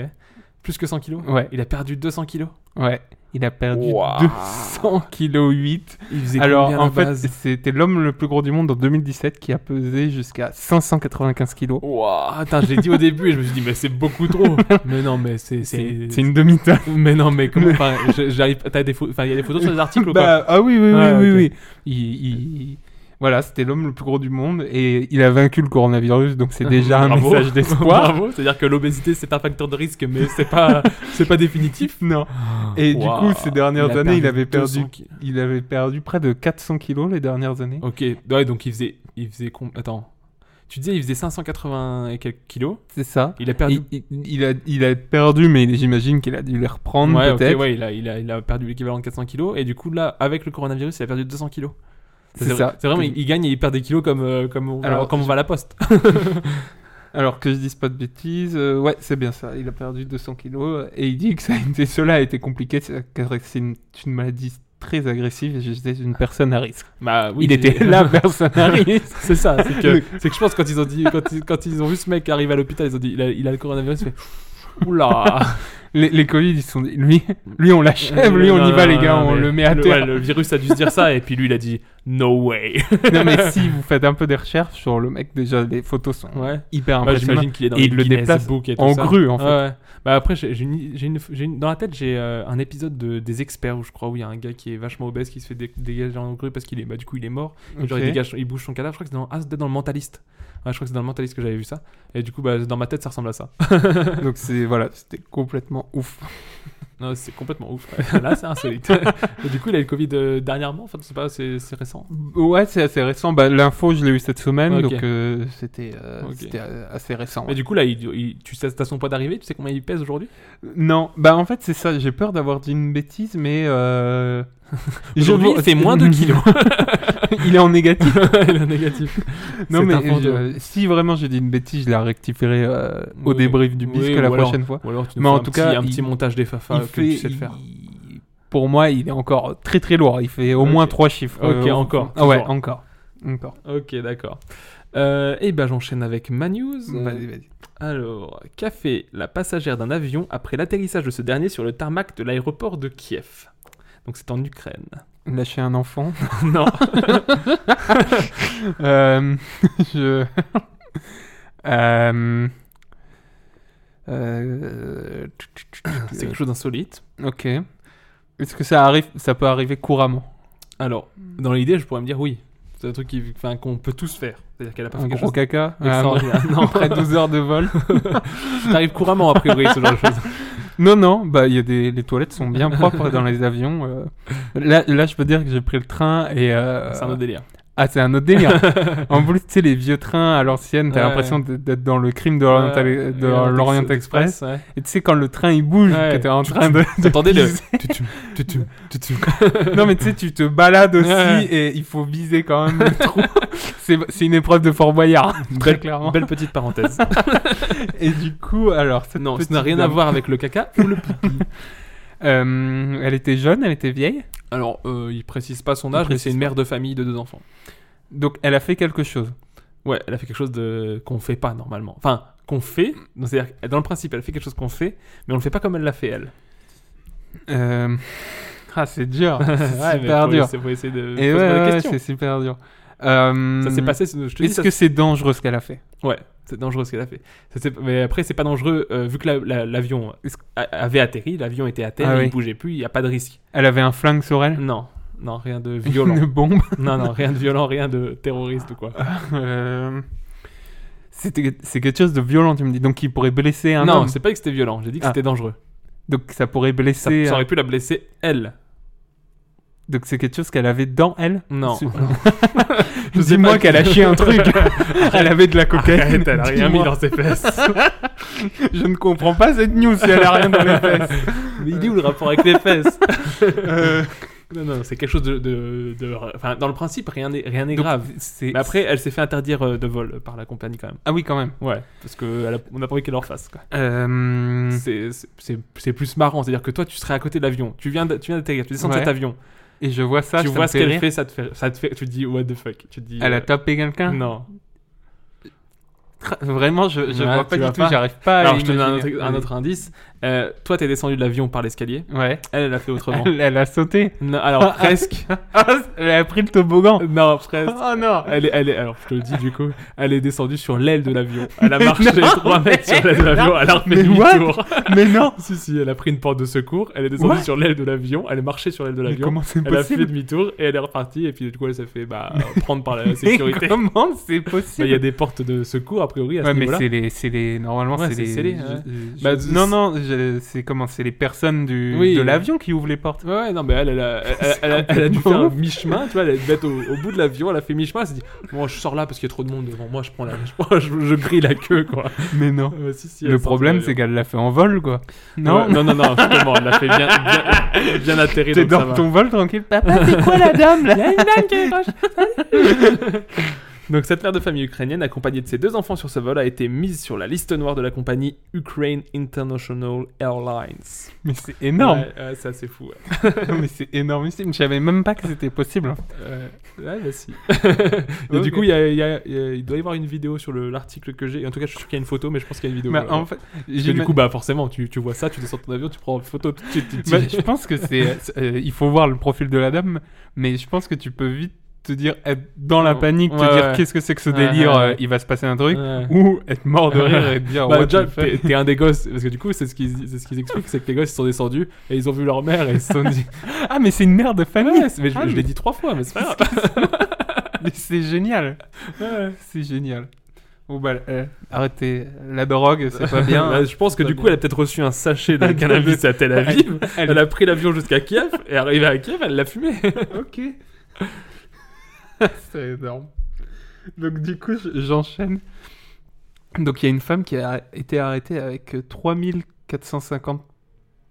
Speaker 4: Plus que 100 kilos.
Speaker 5: Ouais.
Speaker 4: Il a perdu 200 kilos.
Speaker 5: Ouais. Il a perdu
Speaker 4: Ouah.
Speaker 5: 200 kg 8.
Speaker 4: Il faisait
Speaker 5: Alors
Speaker 4: combien, à
Speaker 5: en
Speaker 4: la
Speaker 5: fait,
Speaker 4: base
Speaker 5: c'était l'homme le plus gros du monde en 2017 qui a pesé jusqu'à 595 kg.
Speaker 4: Ouah, Ah, attends, je l'ai dit au début et je me suis dit, mais c'est beaucoup trop. mais non, mais c'est.
Speaker 5: C'est
Speaker 4: c'est-
Speaker 5: c'est une demi-tonne.
Speaker 4: Mais non, mais comment. Enfin, je- j'arrive. T'as des photos. Enfin, il y a des photos sur les articles ou quoi
Speaker 5: Bah, ah oui, oui, oui,
Speaker 4: Ah,
Speaker 5: oui,
Speaker 4: ok.
Speaker 5: oui. Il- il- il- Voilà, c'était l'homme le plus gros du monde et il a vaincu le coronavirus, donc c'est déjà un
Speaker 4: Bravo.
Speaker 5: message d'espoir.
Speaker 4: Bravo, c'est-à-dire que l'obésité c'est un facteur de risque, mais c'est pas, c'est pas définitif.
Speaker 5: non. Et du
Speaker 4: Ouah.
Speaker 5: coup, ces dernières
Speaker 4: a
Speaker 5: années, il avait perdu,
Speaker 4: 200 kilos.
Speaker 5: il avait perdu près de 400 kilos les dernières années.
Speaker 4: Ok, ouais, donc il faisait. Il faisait com- Attends. Tu disais il faisait 580 et quelques kilos.
Speaker 5: C'est ça.
Speaker 4: Il a perdu.
Speaker 5: Il, il- il a, il a perdu, mais j'imagine qu'il a dû les reprendre
Speaker 4: Ouais, ok,
Speaker 5: peut-être.
Speaker 4: ouais, il a, il a, il a perdu l'équivalent de 400 kilos. Et du coup, là, avec le coronavirus, il a perdu 200 kilos.
Speaker 5: C'est ça.
Speaker 4: C'est vraiment, il, il gagne et il perd des kilos comme, euh, comme, on, va-
Speaker 5: Alors,
Speaker 4: comme on va à la poste.
Speaker 5: Alors que je dise pas de bêtises, euh, ouais, c'est bien ça. Il a perdu 200 kilos euh, et il dit que ça a été, cela a été compliqué c'est- car c'est une, une maladie très agressive et j'étais une personne à risque.
Speaker 4: Bah Ah. oui.
Speaker 5: il était la personne à risque.
Speaker 4: C'est ça, c'est que, c'est que je pense quand ils ont dit, quand ils, quand ils ont vu ce mec arriver à l'hôpital, ils ont dit, il a, il a le coronavirus, il fait, oula.
Speaker 5: Les, les Covid, ils se sont dit, lui, lui on l'achève, Eh, lui on
Speaker 4: Euh, Non,
Speaker 5: y
Speaker 4: non,
Speaker 5: va les
Speaker 4: non,
Speaker 5: gars,
Speaker 4: non,
Speaker 5: on
Speaker 4: mais
Speaker 5: le met à
Speaker 4: le- ouais,
Speaker 5: terre.
Speaker 4: le virus a dû se dire ça, et puis lui, il a dit, no way.
Speaker 5: non mais si vous faites un peu des recherches sur le mec, déjà les photos sont
Speaker 4: Ouais.
Speaker 5: hyper
Speaker 4: Bah,
Speaker 5: impressionnantes.
Speaker 4: j'imagine qu'il est dans
Speaker 5: Et
Speaker 4: les
Speaker 5: il le
Speaker 4: Guinness
Speaker 5: déplace
Speaker 4: Book et tout
Speaker 5: en
Speaker 4: ça.
Speaker 5: grue en fait.
Speaker 4: Ouais, ouais. Bah après, j'ai j'ai une, j'ai une- j'ai une- dans la tête, j'ai euh, un épisode de, des experts où je crois où il y a un gars qui est vachement obèse qui se fait dé- dégager en grue parce qu'il est, bah, du coup, il est mort. Et genre,
Speaker 5: Ok.
Speaker 4: il dégage, il bouge son cadavre. Je crois que c'est dans, ah, c'était dans le Mentaliste. Ouais, je crois que c'est dans le Mentaliste que j'avais vu ça. Et du coup, bah, dans ma tête, ça ressemble à ça.
Speaker 5: Donc c'est voilà, c'était complètement ouf.
Speaker 4: Non, c'est complètement ouf. Là, c'est insolite. Et du coup, il a eu le Covid euh, dernièrement. Enfin, c'est pas, c'est c'est récent.
Speaker 5: Ouais, c'est assez récent. Bah, L'info, je l'ai eu cette semaine,
Speaker 4: Ok.
Speaker 5: donc euh, c'était euh,
Speaker 4: Ok.
Speaker 5: c'était, euh, assez récent.
Speaker 4: Mais du coup, là, il, il- tu sais, t'as son poids d'arrivée. Tu sais combien il pèse aujourd'hui
Speaker 5: Non, bah en fait, c'est ça. J'ai peur d'avoir dit une bêtise, mais. Euh...
Speaker 4: Aujourd'hui,
Speaker 5: vois-
Speaker 4: il fait moins de kilos.
Speaker 5: Il est en négatif.
Speaker 4: il est négatif.
Speaker 5: non,
Speaker 4: C'est
Speaker 5: mais
Speaker 4: un fond de-
Speaker 5: euh, si vraiment j'ai dit une bêtise, je la rectifierai euh, au
Speaker 4: Oui.
Speaker 5: débrief du
Speaker 4: Oui,
Speaker 5: bisque la
Speaker 4: ou alors-
Speaker 5: prochaine fois.
Speaker 4: Ou alors, tu
Speaker 5: Mais
Speaker 4: nous
Speaker 5: en
Speaker 4: fais un
Speaker 5: tout
Speaker 4: petit-
Speaker 5: cas,
Speaker 4: un
Speaker 5: il-
Speaker 4: petit montage des fafas
Speaker 5: Il
Speaker 4: que
Speaker 5: fait-
Speaker 4: tu sais le faire.
Speaker 5: il- Pour moi, il est encore très très lourd. Il fait au
Speaker 4: Ok.
Speaker 5: moins trois chiffres.
Speaker 4: Ok, encore,
Speaker 5: Ah ouais,
Speaker 4: toujours.
Speaker 5: encore. Encore.
Speaker 4: Ok, d'accord. Euh, et ben j'enchaîne avec ma news.
Speaker 5: Bah, Vas-y, vas-y.
Speaker 4: Alors, qu'a fait la passagère d'un avion après l'atterrissage de ce dernier sur le tarmac de l'aéroport de Kiev Donc c'est en Ukraine.
Speaker 5: Lâcher un enfant.
Speaker 4: non.
Speaker 5: Euh, je. Euh, euh,
Speaker 4: C'est quelque chose d'insolite.
Speaker 5: Ok. Est-ce que ça arrive Ça peut arriver couramment.
Speaker 4: Alors, dans l'idée, je pourrais me dire oui. C'est un truc qui- enfin, qu'on peut tous faire. C'est-à-dire qu'elle a pas
Speaker 5: Un
Speaker 4: fait
Speaker 5: gros
Speaker 4: quelque chose.
Speaker 5: caca Ah,
Speaker 4: d'extraordinaire.
Speaker 5: Non, après 12 heures de vol.
Speaker 4: T'arrives couramment, a priori, ce genre de choses.
Speaker 5: Non, non, bah, il y a des... les toilettes sont bien propres dans les avions. euh. Là, là, je peux dire que j'ai pris le train et. euh,
Speaker 4: C'est un autre délire.
Speaker 5: Ah, c'est un autre délire. en plus, tu sais, les vieux trains à l'ancienne, t'as
Speaker 4: Ouais.
Speaker 5: l'impression d- d'être dans le crime de l'Orient,
Speaker 4: Ouais,
Speaker 5: de
Speaker 4: et
Speaker 5: l'Orient Express.
Speaker 4: Euh, Express, ouais.
Speaker 5: Et tu sais, quand le train il bouge,
Speaker 4: Ouais.
Speaker 5: que t'es en
Speaker 4: Tu-
Speaker 5: train de. de
Speaker 4: T'entendais le.
Speaker 5: viser.
Speaker 4: tutum, tutum, tutum.
Speaker 5: Non, mais tu sais, tu te balades aussi
Speaker 4: Ouais.
Speaker 5: et il faut viser quand même le trou. C'est c'est une épreuve de Fort Boyard, très
Speaker 4: Belle-
Speaker 5: clairement.
Speaker 4: Belle petite parenthèse.
Speaker 5: Et du coup, alors. cette
Speaker 4: Non, ça
Speaker 5: petite
Speaker 4: n'a rien à
Speaker 5: dame,
Speaker 4: voir avec le caca.
Speaker 5: euh, elle était jeune, elle était vieille.
Speaker 4: Alors, euh, il précise pas son
Speaker 5: Il
Speaker 4: âge, mais c'est
Speaker 5: précise
Speaker 4: une mère de famille de deux enfants.
Speaker 5: Donc, elle a fait quelque chose.
Speaker 4: Ouais, elle a fait quelque chose de... qu'on fait pas normalement. Enfin, qu'on fait, donc, c'est-à-dire que dans le principe, elle fait quelque chose qu'on fait, mais on le fait pas comme elle l'a fait elle.
Speaker 5: Euh, Ah, c'est dur.
Speaker 4: Ouais,
Speaker 5: C'est
Speaker 4: mais
Speaker 5: super
Speaker 4: faut
Speaker 5: dur.
Speaker 4: essayer- faut essayer de poser
Speaker 5: Et ouais,
Speaker 4: des
Speaker 5: ouais,
Speaker 4: questions.
Speaker 5: c'est super dur. Euh,
Speaker 4: ça s'est passé, c'est- je te dis,
Speaker 5: Est-ce
Speaker 4: ça,
Speaker 5: que c'est dangereux ce qu'elle a fait
Speaker 4: ouais, c'est dangereux ce qu'elle a fait. Ça s'est- mais après, c'est pas dangereux, euh, vu que la- la- l'avion
Speaker 5: Est-ce-
Speaker 4: a- avait atterri, l'avion était à terre,
Speaker 5: Ah
Speaker 4: il
Speaker 5: oui.
Speaker 4: bougeait plus, il n'y a pas de risque.
Speaker 5: Elle avait un flingue sur elle
Speaker 4: Non, non, rien de
Speaker 5: Une
Speaker 4: violent.
Speaker 5: bombe
Speaker 4: non, non, rien de violent, rien de terroriste ou quoi.
Speaker 5: Ah. Euh, c'était- C'est quelque chose de violent, tu me dis. Donc, il pourrait blesser un
Speaker 4: non,
Speaker 5: homme.
Speaker 4: c'est pas que c'était violent, j'ai dit que
Speaker 5: Ah. euh,
Speaker 4: c'était dangereux.
Speaker 5: Donc, ça pourrait
Speaker 4: Ça,
Speaker 5: blesser.
Speaker 4: ça
Speaker 5: un-
Speaker 4: aurait pu la blesser elle.
Speaker 5: Donc c'est quelque chose qu'elle avait dans elle
Speaker 4: Non.
Speaker 5: C'est-
Speaker 4: Je sais
Speaker 5: Dis-moi
Speaker 4: pas.
Speaker 5: qu'elle a chié un truc. elle avait de la cocaïne.
Speaker 4: Arrête, elle a rien mis dans
Speaker 5: Dis-moi.
Speaker 4: ses fesses.
Speaker 5: Je ne comprends pas cette news si elle a rien dans les fesses. Euh,
Speaker 4: Mais il est où le rapport avec les fesses Non, non, c'est quelque chose de. de- de- Enfin, dans le principe, rien n'est rien n'est
Speaker 5: Donc,
Speaker 4: grave.
Speaker 5: c'est-
Speaker 4: Mais après, elle s'est fait interdire euh, de vol par la compagnie quand même.
Speaker 5: Ah oui, quand même.
Speaker 4: Ouais, parce qu'on a pas envie qu'elle leur fasse. Quoi.
Speaker 5: Euh,
Speaker 4: C'est- c'est- C'est c'est plus marrant, c'est-à-dire que toi, tu serais à côté de l'avion, tu viens de- tu viens d'atterrir, tu descends de
Speaker 5: Ouais.
Speaker 4: cet avion,
Speaker 5: Et je vois ça.
Speaker 4: tu
Speaker 5: ça
Speaker 4: vois
Speaker 5: me
Speaker 4: ce qu'elle
Speaker 5: rire.
Speaker 4: fait, ça te fait, ça te fait, tu te dis what the fuck, tu te dis.
Speaker 5: Elle
Speaker 4: euh,
Speaker 5: a tapé quelqu'un
Speaker 4: Non.
Speaker 5: Tra- Vraiment, je, je
Speaker 4: Ouais,
Speaker 5: vois
Speaker 4: tu
Speaker 5: pas du
Speaker 4: vois
Speaker 5: tout,
Speaker 4: pas.
Speaker 5: j'arrive pas à
Speaker 4: Alors, je te donne un
Speaker 5: imaginer.
Speaker 4: autre, un autre indice. Euh, toi, t'es descendu de l'avion par l'escalier.
Speaker 5: Ouais.
Speaker 4: Elle, elle a fait autrement.
Speaker 5: Elle, elle a sauté.
Speaker 4: Non, alors, presque.
Speaker 5: elle a pris Ah, le toboggan.
Speaker 4: non, presque.
Speaker 5: Oh non
Speaker 4: Elle est, elle est, alors, je te le dis du coup, elle est descendue sur l'aile de l'avion. Elle a marché 3 mètres sur l'aile de l'avion, elle a refait
Speaker 5: mais what
Speaker 4: demi-tour.
Speaker 5: Mais non
Speaker 4: si, si, elle a pris une porte de secours, elle est descendue
Speaker 5: What
Speaker 4: sur l'aile de l'avion, elle est marchée sur l'aile de
Speaker 5: Mais
Speaker 4: l'avion.
Speaker 5: comment c'est
Speaker 4: Elle a fait
Speaker 5: possible
Speaker 4: demi-tour et elle est repartie, et puis du coup, elle s'est fait bah, prendre par la
Speaker 5: Mais
Speaker 4: sécurité. Bah,
Speaker 5: Comment c'est
Speaker 4: Il
Speaker 5: possible
Speaker 4: y a des portes de secours, a priori, à
Speaker 5: Ouais,
Speaker 4: ce
Speaker 5: mais
Speaker 4: niveau-là.
Speaker 5: c'est les, c'est les, normalement
Speaker 4: Ouais,
Speaker 5: c'est
Speaker 4: c'est
Speaker 5: les,
Speaker 4: scellé,
Speaker 5: je-
Speaker 4: ouais.
Speaker 5: je-
Speaker 4: Bah, z-
Speaker 5: non non, je- c'est comment, c'est les personnes du,
Speaker 4: Oui.
Speaker 5: de l'avion qui ouvrent les portes.
Speaker 4: Ouais, ouais, non, mais elle, elle, a- elle, elle- elle a- elle a dû faire un mi-chemin, tu vois, elle devait être au, au bout de l'avion, elle a fait mi-chemin, elle s'est dit, moi je sors là parce qu'il y a trop de monde devant moi, je prends la, je, prends- je- je grille la queue, quoi.
Speaker 5: Mais non.
Speaker 4: Euh, si, si, elle
Speaker 5: Le
Speaker 4: sort de
Speaker 5: problème
Speaker 4: l'avion.
Speaker 5: c'est qu'elle l'a fait en vol quoi. Non,
Speaker 4: Ouais, non, non, non, justement, elle l'a fait bien, bien, bien atterrir,
Speaker 5: t'es
Speaker 4: donc ça
Speaker 5: dans
Speaker 4: va.
Speaker 5: ton vol tranquille. Papa, c'est quoi la dame là
Speaker 4: Donc cette mère de famille ukrainienne, accompagnée de ses deux enfants sur ce vol, a été mise sur la liste noire de la compagnie Ukraine International Airlines.
Speaker 5: Mais c'est énorme.
Speaker 4: Ouais, ouais, c'est assez fou, ouais.
Speaker 5: Non, mais c'est énormissime. Je savais même pas que c'était possible. hein.
Speaker 4: Euh, ouais, bah si. Et
Speaker 5: Ok.
Speaker 4: Du coup, il y a- il y a- il y a- il doit y avoir une vidéo sur le- l'article que j'ai. En tout cas, je suis sûr qu'il y a une photo, mais je pense qu'il y a une vidéo.
Speaker 5: Bah,
Speaker 4: ouais.
Speaker 5: en fait,
Speaker 4: Parce que
Speaker 5: j'ima-
Speaker 4: du coup, bah forcément, tu, tu vois ça, tu descends ton avion, tu prends une photo tout de suite. tu te
Speaker 5: Bah,
Speaker 4: dis-
Speaker 5: je pense que c'est. euh, il faut voir le profil de la dame, mais je pense que tu peux vite te dire, être dans la
Speaker 4: Ouais,
Speaker 5: panique, te
Speaker 4: ouais,
Speaker 5: dire
Speaker 4: ouais.
Speaker 5: qu'est-ce que c'est que ce
Speaker 4: Ouais,
Speaker 5: délire,
Speaker 4: ouais,
Speaker 5: euh,
Speaker 4: ouais.
Speaker 5: il va se passer un truc,
Speaker 4: Ouais.
Speaker 5: ou être mort de rire et te dire,
Speaker 4: Bah,
Speaker 5: what
Speaker 4: déjà,
Speaker 5: the fuck.
Speaker 4: t'es t'es un des gosses, parce que du coup, c'est ce qu'ils c'est ce qu'ils expliquent, c'est que les gosses ils sont descendus et ils ont vu leur mère et ils se sont dit.
Speaker 5: Ah, mais c'est une mère de famille!
Speaker 4: Ouais, c'est- mais je,
Speaker 5: Ah,
Speaker 4: je
Speaker 5: mais-
Speaker 4: l'ai dit trois fois, mais c'est pas grave.
Speaker 5: mais c'est génial! C'est génial. Bon, bah, euh, arrêtez, la drogue, c'est pas bien.
Speaker 4: Bah, je pense que
Speaker 5: Pas
Speaker 4: du
Speaker 5: bien.
Speaker 4: coup, elle a peut-être reçu un sachet de
Speaker 5: Elle-
Speaker 4: cannabis à Tel Aviv.
Speaker 5: Ah, Elle-
Speaker 4: Elle a pris l'avion jusqu'à Kiev et arrivée à Kiev, elle l'a fumé.
Speaker 5: Ok. c'est énorme. Donc du coup, je- j'enchaîne. Donc il y a une femme qui a été arrêtée avec euh, 3450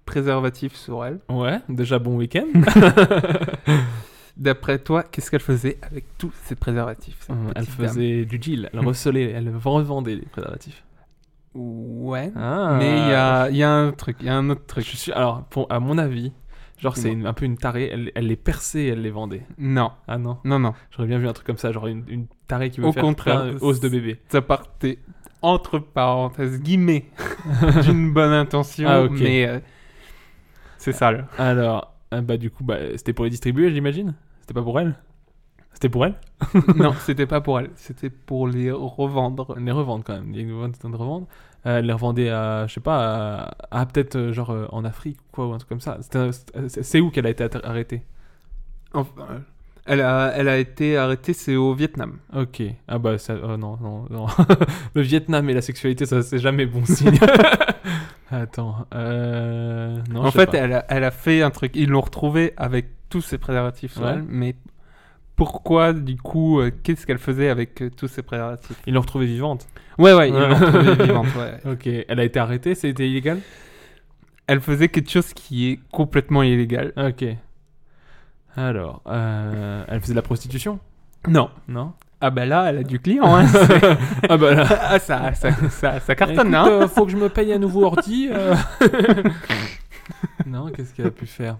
Speaker 5: préservatifs sur elle.
Speaker 4: Ouais, déjà bon week-end.
Speaker 5: D'après toi, qu'est-ce qu'elle faisait avec tous ces préservatifs cette
Speaker 4: Euh, Hein, elle
Speaker 5: petite dame
Speaker 4: faisait du deal, elle recelait, elle revendait les préservatifs.
Speaker 5: Ouais.
Speaker 4: Ah.
Speaker 5: Mais il y a, il y a un truc, il y a un autre
Speaker 4: Je
Speaker 5: truc.
Speaker 4: suis, alors, pour- à mon avis, genre c'est une- un peu une tarée, elle, elle les perçait, elle les vendait.
Speaker 5: Non,
Speaker 4: Ah non,
Speaker 5: non, non.
Speaker 4: j'aurais bien vu un truc comme ça, genre une, une tarée qui veut
Speaker 5: Au
Speaker 4: faire
Speaker 5: contraire,
Speaker 4: plein de hausses de bébé.
Speaker 5: Ça partait entre parenthèses guillemets d'une bonne intention,
Speaker 4: Ah, ok.
Speaker 5: mais euh, c'est sale.
Speaker 4: Alors, ah bah du coup, bah, c'était pour les distribuer, j'imagine C'était pas pour elle C'était pour elle
Speaker 5: non, c'était pas pour elle, c'était pour les revendre.
Speaker 4: Elle les revendre quand même, il y a une bonne de revendre. Euh, elle les revendait à, je sais pas, à, à peut-être euh, genre euh, en Afrique ou quoi, ou un truc comme ça. C'était un- C'est c'est où qu'elle a été atta- arrêtée
Speaker 5: Enfin, euh, elle a, elle a été arrêtée, c'est au Vietnam.
Speaker 4: Ok, ah bah ça, oh non, non, non. Le Vietnam et la sexualité, ça c'est jamais bon signe. Attends, euh... Non,
Speaker 5: en
Speaker 4: je sais
Speaker 5: fait,
Speaker 4: pas.
Speaker 5: elle a, elle a fait un truc. Ils l'ont retrouvée avec tous ses préservatifs sur
Speaker 4: Ouais.
Speaker 5: elle, mais pourquoi, du coup, euh, qu'est-ce qu'elle faisait avec euh, tous ces préservatifs
Speaker 4: ils l'ont retrouvée vivante.
Speaker 5: Ouais, ouais, ils l'ont
Speaker 4: Ouais.
Speaker 5: retrouvée vivante. ouais.
Speaker 4: Ok, elle a été arrêtée, c'était illégal
Speaker 5: Elle faisait quelque chose qui est complètement illégal.
Speaker 4: Ok. Alors, euh, elle faisait de la prostitution
Speaker 5: Non.
Speaker 4: Non
Speaker 5: Ah bah là, elle a du client. hein.
Speaker 4: Ah bah là...
Speaker 5: ah, ça, ça, ça, ça cartonne,
Speaker 4: Écoute,
Speaker 5: hein
Speaker 4: euh, faut que je me paye un nouveau ordi. euh. non, qu'est-ce qu'elle a pu faire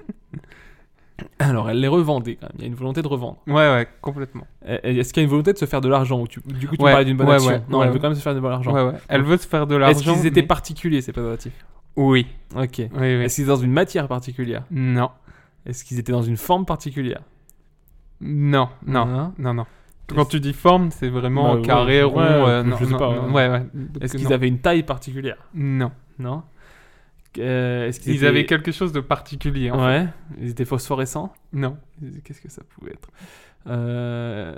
Speaker 4: Alors, elle les revendait quand même. Il y a une volonté de revendre.
Speaker 5: Ouais, ouais, complètement.
Speaker 4: Euh, Est-ce qu'il y a une volonté de se faire de l'argent ou tu- Du coup, tu
Speaker 5: Ouais,
Speaker 4: parlais d'une bonne
Speaker 5: ouais,
Speaker 4: action.
Speaker 5: ouais,
Speaker 4: non,
Speaker 5: ouais,
Speaker 4: elle veut
Speaker 5: ouais.
Speaker 4: quand même se faire de l'argent.
Speaker 5: Ouais, ouais. Elle veut se faire de
Speaker 4: Est-ce
Speaker 5: l'argent.
Speaker 4: qu'ils étaient
Speaker 5: mais-
Speaker 4: particuliers, ces préservatifs
Speaker 5: Oui.
Speaker 4: Ok.
Speaker 5: Oui, oui.
Speaker 4: Est-ce qu'ils étaient dans une matière particulière
Speaker 5: Non.
Speaker 4: Est-ce qu'ils étaient dans une forme particulière
Speaker 5: Non, non.
Speaker 4: Hein
Speaker 5: Non, non.
Speaker 4: Est-ce-
Speaker 5: Quand tu dis forme, c'est vraiment
Speaker 4: Bah,
Speaker 5: carré,
Speaker 4: ouais,
Speaker 5: rond.
Speaker 4: ouais,
Speaker 5: euh,
Speaker 4: je
Speaker 5: non,
Speaker 4: sais
Speaker 5: non,
Speaker 4: pas,
Speaker 5: non,
Speaker 4: ouais.
Speaker 5: ouais, ouais. Donc,
Speaker 4: Est-ce qu'ils
Speaker 5: non.
Speaker 4: avaient une taille particulière
Speaker 5: Non.
Speaker 4: Non Euh, Est-ce qu'ils
Speaker 5: Ils
Speaker 4: étaient-
Speaker 5: avaient quelque chose de particulier. en fait.
Speaker 4: Ouais. Ils étaient phosphorescents
Speaker 5: Non.
Speaker 4: Qu'est-ce que ça pouvait être Euh,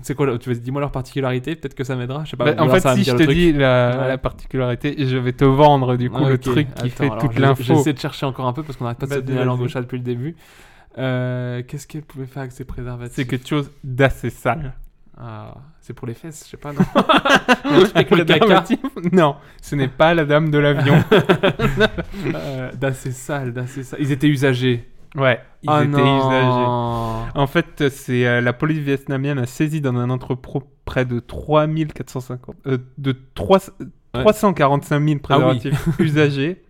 Speaker 4: C'est quoi le- Tu vas dis-moi leur particularité, peut-être que ça m'aidera. Je sais pas.
Speaker 5: Bah,
Speaker 4: ou
Speaker 5: en
Speaker 4: alors
Speaker 5: fait,
Speaker 4: ça va me
Speaker 5: si je
Speaker 4: dire
Speaker 5: te
Speaker 4: le truc.
Speaker 5: dis la,
Speaker 4: Ouais.
Speaker 5: la particularité, je vais te vendre du coup
Speaker 4: Ah,
Speaker 5: le
Speaker 4: ok.
Speaker 5: truc qui
Speaker 4: Attends,
Speaker 5: fait
Speaker 4: alors,
Speaker 5: toute
Speaker 4: je-
Speaker 5: l'info. Bah,
Speaker 4: J'essaie de chercher encore un peu parce qu'on n'arrête pas de se
Speaker 5: Vas-y,
Speaker 4: donner la langue au
Speaker 5: vas-y.
Speaker 4: chat depuis le début. Euh, Qu'est-ce qu'elle pouvait faire avec ses préservatifs
Speaker 5: C'est quelque chose d'assez sale.
Speaker 4: Ah, c'est pour les fesses, je sais pas, non Avec le caca.
Speaker 5: Non, ce n'est pas la dame de l'avion.
Speaker 4: Euh, D'assez sale, d'assez sale. Ils étaient usagés.
Speaker 5: ouais, ils
Speaker 4: Ah
Speaker 5: étaient usagés.
Speaker 4: non.
Speaker 5: En fait, euh, c'est euh, la police vietnamienne a saisi dans un entrepôt près de 3450 euh, de 3
Speaker 4: Ouais.
Speaker 5: 345 000
Speaker 4: Ah oui.
Speaker 5: préservatifs usagés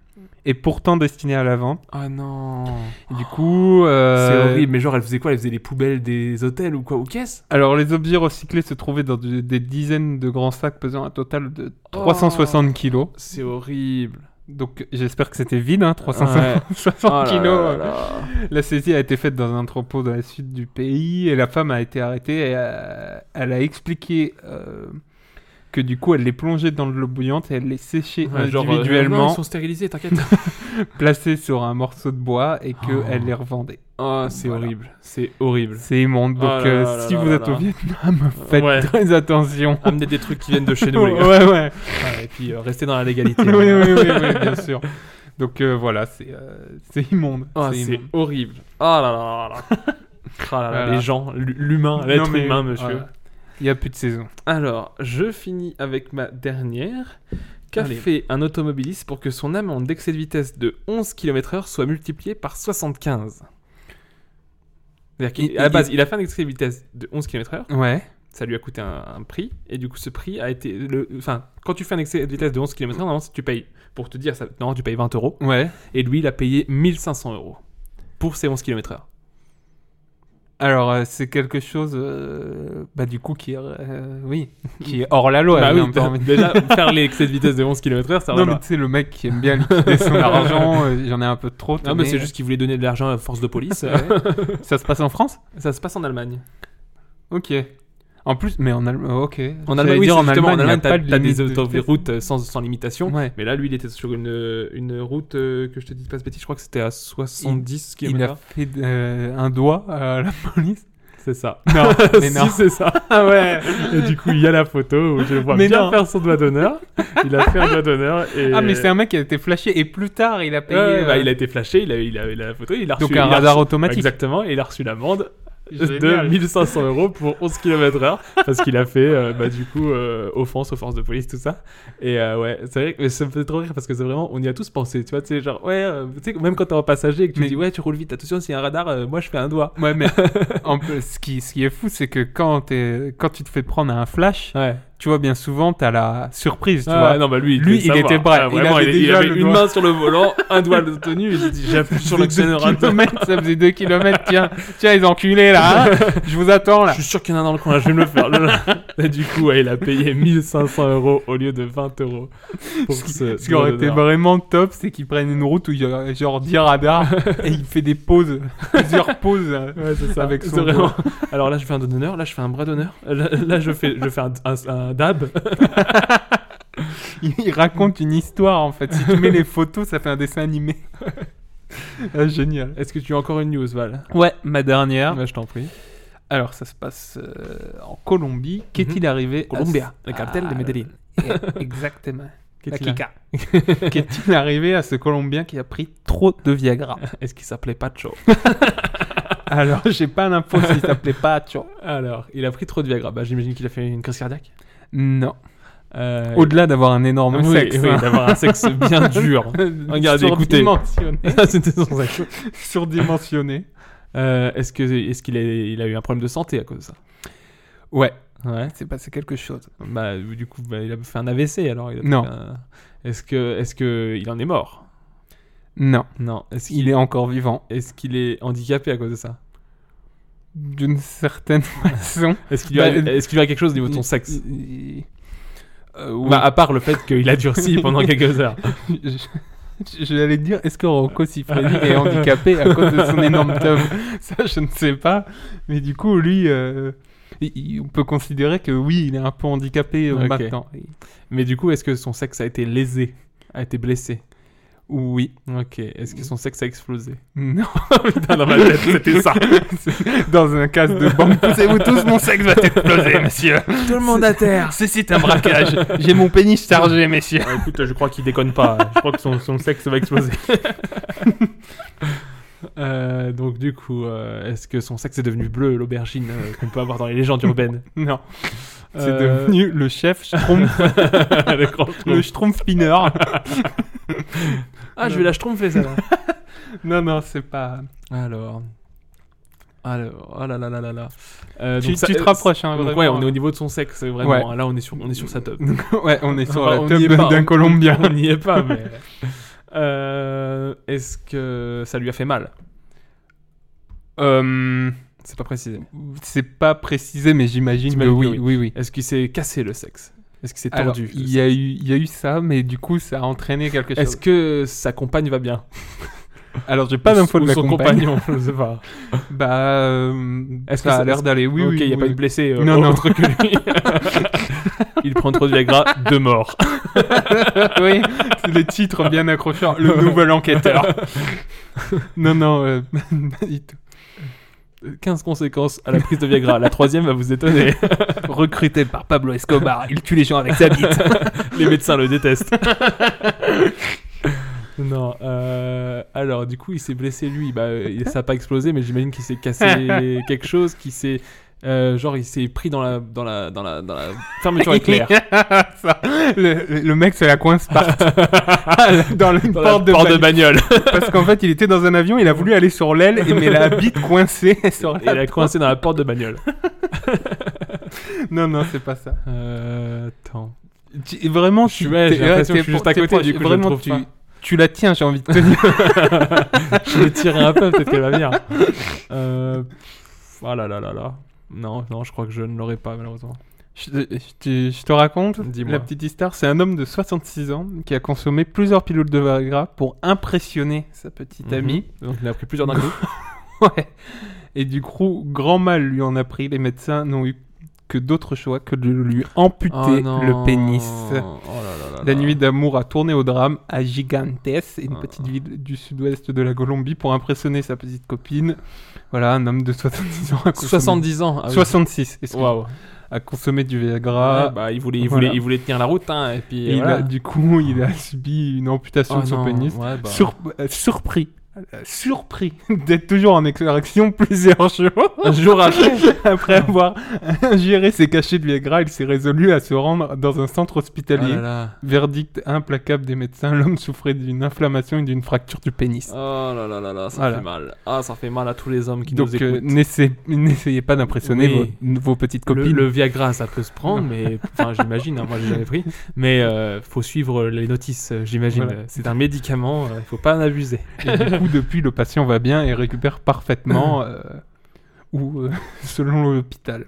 Speaker 5: et pourtant destinés à la vente.
Speaker 4: Ah non.
Speaker 5: Et du coup, euh,
Speaker 4: C'est horrible, mais genre elle faisait quoi Elle faisait les poubelles des hôtels ou quoi Ou qu'est-ce
Speaker 5: Alors, les objets recyclés se trouvaient dans de- des dizaines de grands sacs pesant un total de 360 kilos.
Speaker 4: C'est horrible.
Speaker 5: Donc, j'espère que c'était vide, hein, 360
Speaker 4: Ah Oh là
Speaker 5: kilos.
Speaker 4: là là.
Speaker 5: La saisie a été faite dans un entrepôt dans la sud du pays et la femme a été arrêtée. Et, euh, elle a expliqué euh, que du coup, elle les plongeait dans de l'eau bouillante et elle les séchait
Speaker 4: Ouais, genre, euh, non,
Speaker 5: individuellement,
Speaker 4: ils sont stérilisés, t'inquiète.
Speaker 5: placées sur un morceau de bois et qu'elle
Speaker 4: Oh.
Speaker 5: les revendait.
Speaker 4: oh, c'est
Speaker 5: Voilà.
Speaker 4: horrible. C'est horrible.
Speaker 5: C'est immonde.
Speaker 4: Oh
Speaker 5: Donc,
Speaker 4: là
Speaker 5: euh,
Speaker 4: là là
Speaker 5: si
Speaker 4: là
Speaker 5: vous
Speaker 4: là
Speaker 5: êtes
Speaker 4: là.
Speaker 5: au Vietnam, faites
Speaker 4: Ouais. Ah,
Speaker 5: très attention.
Speaker 4: Amenez des trucs qui viennent de chez nous, les gars.
Speaker 5: Ouais, ouais.
Speaker 4: Ouais, et puis euh, restez dans la légalité.
Speaker 5: oui, oui, oui, oui, bien sûr. Donc euh, voilà, c'est euh, c'est immonde.
Speaker 4: Ah,
Speaker 5: c'est
Speaker 4: c'est
Speaker 5: immonde.
Speaker 4: horrible. Ah là là là là. Ah là là,
Speaker 5: Voilà.
Speaker 4: Les gens, l- l'humain,
Speaker 5: Non,
Speaker 4: l'être
Speaker 5: mais,
Speaker 4: humain, monsieur.
Speaker 5: voilà. Il n'y a plus de saison.
Speaker 4: Alors, je finis avec ma dernière. Qu'a
Speaker 5: Allez.
Speaker 4: fait un automobiliste pour que son amende d'excès de vitesse de 11 km/h soit multipliée par 75 C'est-à-dire qu'à
Speaker 5: Il-
Speaker 4: la
Speaker 5: il-
Speaker 4: base, il a fait un excès de vitesse de 11 km/h,
Speaker 5: Ouais.
Speaker 4: ça lui a coûté un, un prix, et du coup, ce prix a été. le- Enfin, quand tu fais un excès de vitesse de 11 km/h, normalement, si tu payes, pour te dire, ça, non, tu payes 20 euros,
Speaker 5: Ouais.
Speaker 4: et lui, il a payé 1500 euros pour ses 11 km/h.
Speaker 5: Alors euh, c'est quelque chose, euh, bah du coup qui est, euh, oui, qui est hors la loi.
Speaker 4: bah
Speaker 5: j'ai
Speaker 4: oui,
Speaker 5: un peu envie de-
Speaker 4: déjà, faire l'excès de vitesse de 11 km/h, ça va.
Speaker 5: non mais tu sais le mec qui aime bien liquider son argent, euh, j'en ai un peu trop.
Speaker 4: Non, mais
Speaker 5: tenez.
Speaker 4: c'est juste qu'il voulait donner de l'argent à la force de police.
Speaker 5: Ouais. ça se passe en France
Speaker 4: ça se passe en Allemagne.
Speaker 5: Ok. En plus, mais en Allemagne, oh, ok.
Speaker 4: En
Speaker 5: J'allais
Speaker 4: Allemagne, oui,
Speaker 5: dire,
Speaker 4: c'est justement, en
Speaker 5: il y a
Speaker 4: Allemagne,
Speaker 5: pas
Speaker 4: t'as
Speaker 5: de
Speaker 4: t'as
Speaker 5: limite
Speaker 4: des
Speaker 5: de vitesse.
Speaker 4: autoroutes euh, sans, sans limitation.
Speaker 5: Ouais.
Speaker 4: Mais là, lui, il était sur une, une route euh, que je te dis pas de bêtises, je crois que c'était à 70
Speaker 5: Il a
Speaker 4: km/h.
Speaker 5: fait euh, un doigt à la police.
Speaker 4: C'est ça.
Speaker 5: Non, mais
Speaker 4: si,
Speaker 5: non.
Speaker 4: c'est ça.
Speaker 5: ouais.
Speaker 4: Et du coup, il y a la photo où je le vois
Speaker 5: Mais
Speaker 4: bien
Speaker 5: non.
Speaker 4: faire son doigt d'honneur. Il a fait un doigt d'honneur. Et...
Speaker 5: Ah, mais c'est un mec qui a été flashé et plus tard il a payé.
Speaker 4: Ouais, bah,
Speaker 5: euh,
Speaker 4: il a été flashé, il a, il a- il a la photo, il a reçu
Speaker 5: donc un
Speaker 4: il a
Speaker 5: radar
Speaker 4: reçu-
Speaker 5: automatique.
Speaker 4: Exactement, et il a reçu l'amende de
Speaker 5: Génial.
Speaker 4: 1500 euros pour 11 km/h parce qu'il a fait euh, bah, du coup euh, offense aux forces de police, tout ça. Et euh, ouais, c'est vrai que mais ça me fait trop rire parce que c'est vraiment, on y a tous pensé, tu vois, tu sais, genre, ouais, euh, tu sais, même quand t'es en passager et que tu
Speaker 5: Mais-
Speaker 4: dis, ouais, tu roules vite, attention, s'il y a un radar, euh, moi je fais un doigt.
Speaker 5: Ouais, mais en peu- ce, qui, ce qui est fou, c'est que quand, t'es- quand tu te fais prendre un flash,
Speaker 4: Ouais,
Speaker 5: tu vois, bien souvent, t'as la surprise, tu
Speaker 4: tu
Speaker 5: vois.
Speaker 4: vois, non, bah lui, devait
Speaker 5: Lui, il
Speaker 4: savoir.
Speaker 5: était prêt. Il
Speaker 4: vraiment,
Speaker 5: avait
Speaker 4: il
Speaker 5: déjà
Speaker 4: avait
Speaker 5: le
Speaker 4: une
Speaker 5: doigt.
Speaker 4: main sur le volant, un doigt de tenue, il s'est dit, j'appuie sur
Speaker 5: Ça faisait
Speaker 4: l'accélérateur.
Speaker 5: kilomètres, ça faisait 2 km, tiens, tiens, les enculés là, hein, je vous attends là.
Speaker 4: Je suis sûr qu'il y en a un dans le coin, là, je vais me le faire. Et du coup, ouais, il a payé 1500 euros au lieu de 20 euros pour
Speaker 5: Ce qui,
Speaker 4: ce.
Speaker 5: ce qui aurait été vraiment top, c'est qu'ils prennent une route où il y a genre 10 radars et il fait des pauses, plusieurs pauses. euh,
Speaker 4: Ouais, c'est ça.
Speaker 5: Avec son
Speaker 4: C'est vraiment- Alors là, je fais un doigt d'honneur, là, je fais un bras d'honneur, là, là, je fais, je fais un, un- un dab.
Speaker 5: Il, il raconte une histoire en fait. Si tu mets les photos, ça fait un dessin animé. Ah, génial.
Speaker 4: Est-ce que tu as encore une news, Val
Speaker 5: Ouais, ma dernière.
Speaker 4: je t'en prie.
Speaker 5: Alors, ça se passe euh, en Colombie. Qu'est-il arrivé à-
Speaker 4: Colombia, la capitale de
Speaker 5: Ah,
Speaker 4: Medellín.
Speaker 5: eh, Exactement. La
Speaker 4: Qu'est-il a-
Speaker 5: Kika. Qu'est-il arrivé à ce Colombien qui a pris trop de Viagra
Speaker 4: Est-ce qu'il s'appelait Pacho
Speaker 5: Alors, j'ai pas l'info s'il s'appelait Pacho.
Speaker 4: Alors, il a pris trop de Viagra. Bah, j'imagine qu'il a fait une crise cardiaque.
Speaker 5: Non.
Speaker 4: Euh,
Speaker 5: Au-delà d'avoir un énorme
Speaker 4: oui,
Speaker 5: sexe.
Speaker 4: oui,
Speaker 5: hein.
Speaker 4: d'avoir un sexe bien dur. Regardez, écoutez.
Speaker 5: Surdimensionné.
Speaker 4: C'était son sexe.
Speaker 5: Surdimensionné.
Speaker 4: Euh, est-ce que est-ce qu'il a, il a eu un problème de santé à cause de ça
Speaker 5: Ouais,
Speaker 4: Ouais.
Speaker 5: c'est passé quelque chose.
Speaker 4: Bah du coup bah, il a fait un AVC alors. Il a
Speaker 5: Non.
Speaker 4: fait un- Est-ce que est-ce que il en est mort
Speaker 5: Non,
Speaker 4: Non. Est-ce qu'il
Speaker 5: il est encore vivant.
Speaker 4: est-ce qu'il est handicapé à cause de ça
Speaker 5: D'une certaine façon.
Speaker 4: Est-ce qu'il lui, a-
Speaker 5: Bah,
Speaker 4: est-ce qu'il lui a quelque chose au niveau de son sexe
Speaker 5: Il- il- Euh, oui.
Speaker 4: bah, à part le fait qu'il a durci pendant quelques heures.
Speaker 5: Je- je- J'allais dire, est-ce que Rocco Siffredi est handicapé à cause de son énorme tome Ça, je ne sais pas. Mais du coup, lui, euh, il- il- on peut considérer que oui, il est un peu handicapé euh,
Speaker 4: Ok.
Speaker 5: maintenant.
Speaker 4: Mais du coup, est-ce que son sexe a été lésé A été blessé
Speaker 5: Oui.
Speaker 4: Ok. Est-ce que son sexe a explosé
Speaker 5: Non.
Speaker 4: Oh, Putain, dans ma tête, c'était ça.
Speaker 5: Dans un casque de banque, poussez-vous tous, mon sexe va exploser, monsieur.
Speaker 4: Tout le monde à terre
Speaker 5: Ceci est un braquage. J'ai mon pénis chargé, messieurs.
Speaker 4: Écoute, je crois qu'il déconne pas. Je crois que son, son sexe va exploser. Euh, donc du coup, euh, est-ce que son sexe est devenu bleu, l'aubergine euh, qu'on peut avoir dans les légendes urbaines
Speaker 5: Non. C'est
Speaker 4: Euh,
Speaker 5: devenu le chef Schtroumpf,
Speaker 4: le grand
Speaker 5: le
Speaker 4: Schtroumpf.
Speaker 5: Schtroumpfpinner.
Speaker 4: Ah, je vais la schtroumpfer ça.
Speaker 5: non, non, c'est pas.
Speaker 4: Alors. Alors, oh là là là là là. Euh,
Speaker 5: Tu,
Speaker 4: donc ça-
Speaker 5: tu te
Speaker 4: euh,
Speaker 5: rapproches, hein,
Speaker 4: donc
Speaker 5: vraiment.
Speaker 4: ouais, on est au niveau de son sexe, vraiment. hein.
Speaker 5: Ouais.
Speaker 4: Là, on est sur, on est sur sa teub.
Speaker 5: Ouais, Ah, on est hein. sur
Speaker 4: Enfin,
Speaker 5: la
Speaker 4: on y est
Speaker 5: teub
Speaker 4: pas,
Speaker 5: d'un
Speaker 4: on-
Speaker 5: Colombien.
Speaker 4: on n'y est pas, mais. Euh, Est-ce que ça lui a fait mal
Speaker 5: Euh,
Speaker 4: C'est pas précisé.
Speaker 5: c'est pas précisé, mais j'imagine que
Speaker 4: T'imagines que
Speaker 5: oui, oui, oui.
Speaker 4: Est-ce qu'il s'est cassé le sexe Est-ce qu'il s'est
Speaker 5: Alors,
Speaker 4: tordu
Speaker 5: il y, a eu, il y a eu ça, mais du coup, ça a entraîné quelque
Speaker 4: Est-ce
Speaker 5: chose.
Speaker 4: que sa compagne va bien
Speaker 5: Alors, j'ai pas d'infos
Speaker 4: Ou
Speaker 5: de la
Speaker 4: son
Speaker 5: compagne.
Speaker 4: compagnon, je sais pas.
Speaker 5: Bah, euh,
Speaker 4: Est-ce que
Speaker 5: ça
Speaker 4: ça-
Speaker 5: a l'air d'aller, oui,
Speaker 4: ok,
Speaker 5: oui.
Speaker 4: il n'y a
Speaker 5: oui.
Speaker 4: pas eu de blessé euh,
Speaker 5: Non, non.
Speaker 4: autre que lui. il prend trop de Viagra, deux morts.
Speaker 5: oui, c'est le titre bien accrocheur. Le nouvel enquêteur. non, non, euh, pas du tout.
Speaker 4: 15 conséquences à la prise de Viagra. La troisième va vous étonner.
Speaker 5: Recruté par Pablo Escobar, il tue les gens avec sa bite.
Speaker 4: Les médecins le détestent. non. euh, alors, du coup, il s'est blessé lui. Bah, euh, ça n'a pas explosé, mais j'imagine qu'il s'est cassé quelque chose, qui s'est euh, genre il s'est pris dans la dans la dans la dans la fermeture éclair.
Speaker 5: Ça, le, le- le mec, c'est la coince par dans le
Speaker 4: Dans la
Speaker 5: porte de,
Speaker 4: porte de
Speaker 5: bagnole.
Speaker 4: bagnole.
Speaker 5: Parce qu'en fait, il était dans un avion, il a voulu aller sur l'aile, et- mais la bite coincée sur
Speaker 4: Il
Speaker 5: la...
Speaker 4: a coincé dans la porte de bagnole.
Speaker 5: Non, non, c'est pas ça.
Speaker 4: Euh, attends.
Speaker 5: Tu- vraiment, tu
Speaker 4: suis- ouais, j'ai
Speaker 5: t'es-
Speaker 4: l'impression
Speaker 5: t'es
Speaker 4: que je suis juste
Speaker 5: pro-
Speaker 4: à
Speaker 5: t'es
Speaker 4: côté,
Speaker 5: proche.
Speaker 4: du coup, je
Speaker 5: vraiment,
Speaker 4: le trouve
Speaker 5: tu,
Speaker 4: pas.
Speaker 5: tu la tiens, j'ai envie de te dire.
Speaker 4: Je vais tirer un peu, peut-être qu'elle va venir. Euh... Ah là là là là. Non, non, je crois que je ne l'aurai pas, malheureusement.
Speaker 5: je, je te- je te raconte,
Speaker 4: Dis-moi.
Speaker 5: la petite histoire, c'est un homme de 66 ans qui a consommé plusieurs pilules de Viagra pour impressionner sa petite
Speaker 4: Mhm.
Speaker 5: amie.
Speaker 4: Donc il a pris plusieurs d'un coup.
Speaker 5: Ouais. Et du coup, grand mal lui en a pris, les médecins n'ont eu que d'autres choix que de lui amputer le pénis.
Speaker 4: Oh là là là
Speaker 5: La
Speaker 4: là.
Speaker 5: nuit d'amour a tourné au drame à Gigantes, une
Speaker 4: Ah.
Speaker 5: petite ville du sud-ouest de la Colombie, pour impressionner sa petite copine. Voilà, un homme de 70 ans a consommé...
Speaker 4: 70 ans. ah oui.
Speaker 5: 66, excuse
Speaker 4: Waouh.
Speaker 5: A consommé du Viagra.
Speaker 4: Ouais, bah, il voulait, il,
Speaker 5: Ah. voilà.
Speaker 4: voulait, il voulait tenir la route, hein, et puis
Speaker 5: et il
Speaker 4: voilà.
Speaker 5: a- du coup, il a subi une amputation
Speaker 4: Oh
Speaker 5: de son
Speaker 4: non,
Speaker 5: pénis.
Speaker 4: ouais, bah.
Speaker 5: Sur- euh, surpris. Euh, Surpris d'être toujours en extraction plusieurs jours.
Speaker 4: Un jour après.
Speaker 5: Après avoir ingéré ses cachets de Viagra, il s'est résolu à se rendre dans un centre
Speaker 4: Ah
Speaker 5: hospitalier.
Speaker 4: là là.
Speaker 5: Verdict implacable des médecins, l'homme souffrait d'une inflammation et d'une fracture du pénis.
Speaker 4: Oh là là là là, ça
Speaker 5: Voilà.
Speaker 4: fait mal. Ah, ça fait mal à tous les hommes qui
Speaker 5: Donc
Speaker 4: nous
Speaker 5: euh,
Speaker 4: écoutent.
Speaker 5: n'essayez n'essayez pas d'impressionner
Speaker 4: Oui.
Speaker 5: vos, vos petites
Speaker 4: le,
Speaker 5: copines.
Speaker 4: le Viagra, ça peut se prendre, mais enfin, j'imagine. hein, moi, j'ai jamais pris. Mais euh, faut suivre les notices, euh, j'imagine.
Speaker 5: Voilà.
Speaker 4: C'est un médicament, euh, il faut pas en abuser.
Speaker 5: Et du coup, depuis, le patient va bien et récupère parfaitement, euh, ou euh, selon l'hôpital.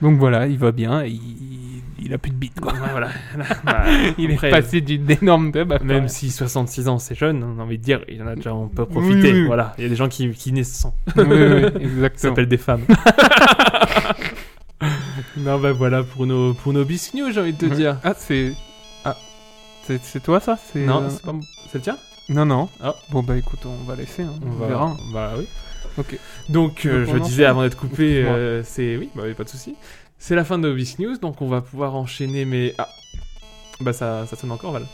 Speaker 5: Donc voilà, il va bien et il, il a plus de bite. Quoi.
Speaker 4: Ouais, voilà.
Speaker 5: Bah, Il
Speaker 4: Après,
Speaker 5: est passé d'une énorme teub à
Speaker 4: Même
Speaker 5: faire-
Speaker 4: si 66 ans c'est jeune, on a envie de dire, il y en a déjà, on peut
Speaker 5: Oui,
Speaker 4: profiter.
Speaker 5: oui, oui.
Speaker 4: Voilà, il y a des gens qui, qui naissent sans.
Speaker 5: Oui, oui,
Speaker 4: Ça
Speaker 5: exactement.
Speaker 4: s'appelle des femmes. non, bah voilà pour nos, pour nos biscuits, j'ai envie de te
Speaker 5: Ouais.
Speaker 4: dire.
Speaker 5: Ah, c'est. Ah. C'est c'est toi ça C'est, euh,
Speaker 4: Non, c'est pas mon- c'est le tien
Speaker 5: Non, non.
Speaker 4: Ah.
Speaker 5: Bon, bah écoute, on va laisser. hein,
Speaker 4: On va-
Speaker 5: verra.
Speaker 4: Bah oui.
Speaker 5: Ok.
Speaker 4: Donc, euh,
Speaker 5: Donc,
Speaker 4: je
Speaker 5: on
Speaker 4: disais
Speaker 5: enchaîne
Speaker 4: avant d'être coupé,
Speaker 5: Excuse-moi.
Speaker 4: euh, c'est. Oui, bah oui, pas de souci. C'est la fin de Bis News, donc on va pouvoir enchaîner, mais. Ah Bah ça, ça sonne encore, Val.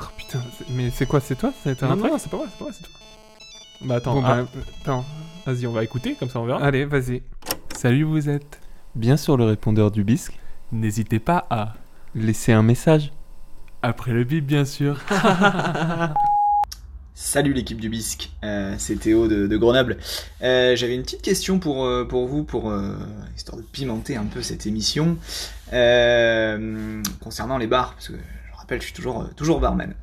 Speaker 5: Oh, putain, c'est- mais c'est quoi C'est toi C'est un
Speaker 4: Non,
Speaker 5: truc
Speaker 4: non, non, c'est pas moi, c'est pas moi, c'est toi. Bah attends,
Speaker 5: Bon,
Speaker 4: ah,
Speaker 5: bah, attends. Ah.
Speaker 4: vas-y, on va écouter, comme ça on verra.
Speaker 5: Allez, vas-y.
Speaker 6: Salut, vous êtes bien sur le répondeur du bisque.
Speaker 4: N'hésitez pas à.
Speaker 6: Laissez un message.
Speaker 4: Après le bip, bien sûr.
Speaker 7: Salut l'équipe du Bisque, euh, c'est Théo de, de Grenoble. Euh, J'avais une petite question pour, euh, pour vous, pour, euh, histoire de pimenter un peu cette émission, Euh, concernant les bars, parce que je rappelle, je suis toujours, euh, toujours barman.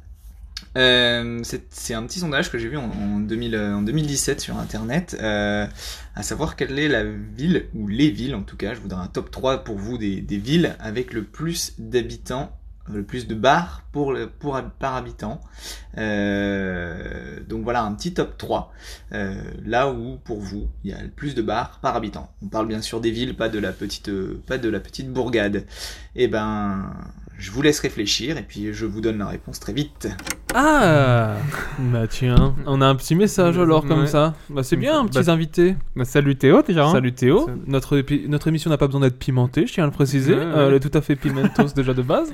Speaker 7: Euh, c'est c'est un petit sondage que j'ai vu en, en 2000, euh, en 2017 sur internet, euh, à savoir quelle est la ville, ou les villes en tout cas, je voudrais un top 3 pour vous des, des villes avec le plus d'habitants, le plus de bars pour, le- pour, par habitant. Euh, donc voilà un petit top 3, euh, là où pour vous il y a le plus de bars par habitant. On parle bien sûr des villes, pas de la petite, euh, pas de la petite bourgade. Et ben, je vous laisse réfléchir et puis je vous donne la réponse très vite.
Speaker 4: Ah Bah tiens, on a un petit message alors comme
Speaker 5: Ouais.
Speaker 4: ça. Bah c'est
Speaker 5: Comme
Speaker 4: bien,
Speaker 5: ça.
Speaker 4: un petit
Speaker 5: Bah,
Speaker 4: invité.
Speaker 5: Bah, salut Théo déjà. hein.
Speaker 4: Salut Théo.
Speaker 5: Ça-
Speaker 4: Notre, épi- notre émission n'a pas besoin d'être pimentée, je tiens à le préciser.
Speaker 5: Ouais, ouais.
Speaker 4: Euh, Elle est tout à fait pimentos déjà de base.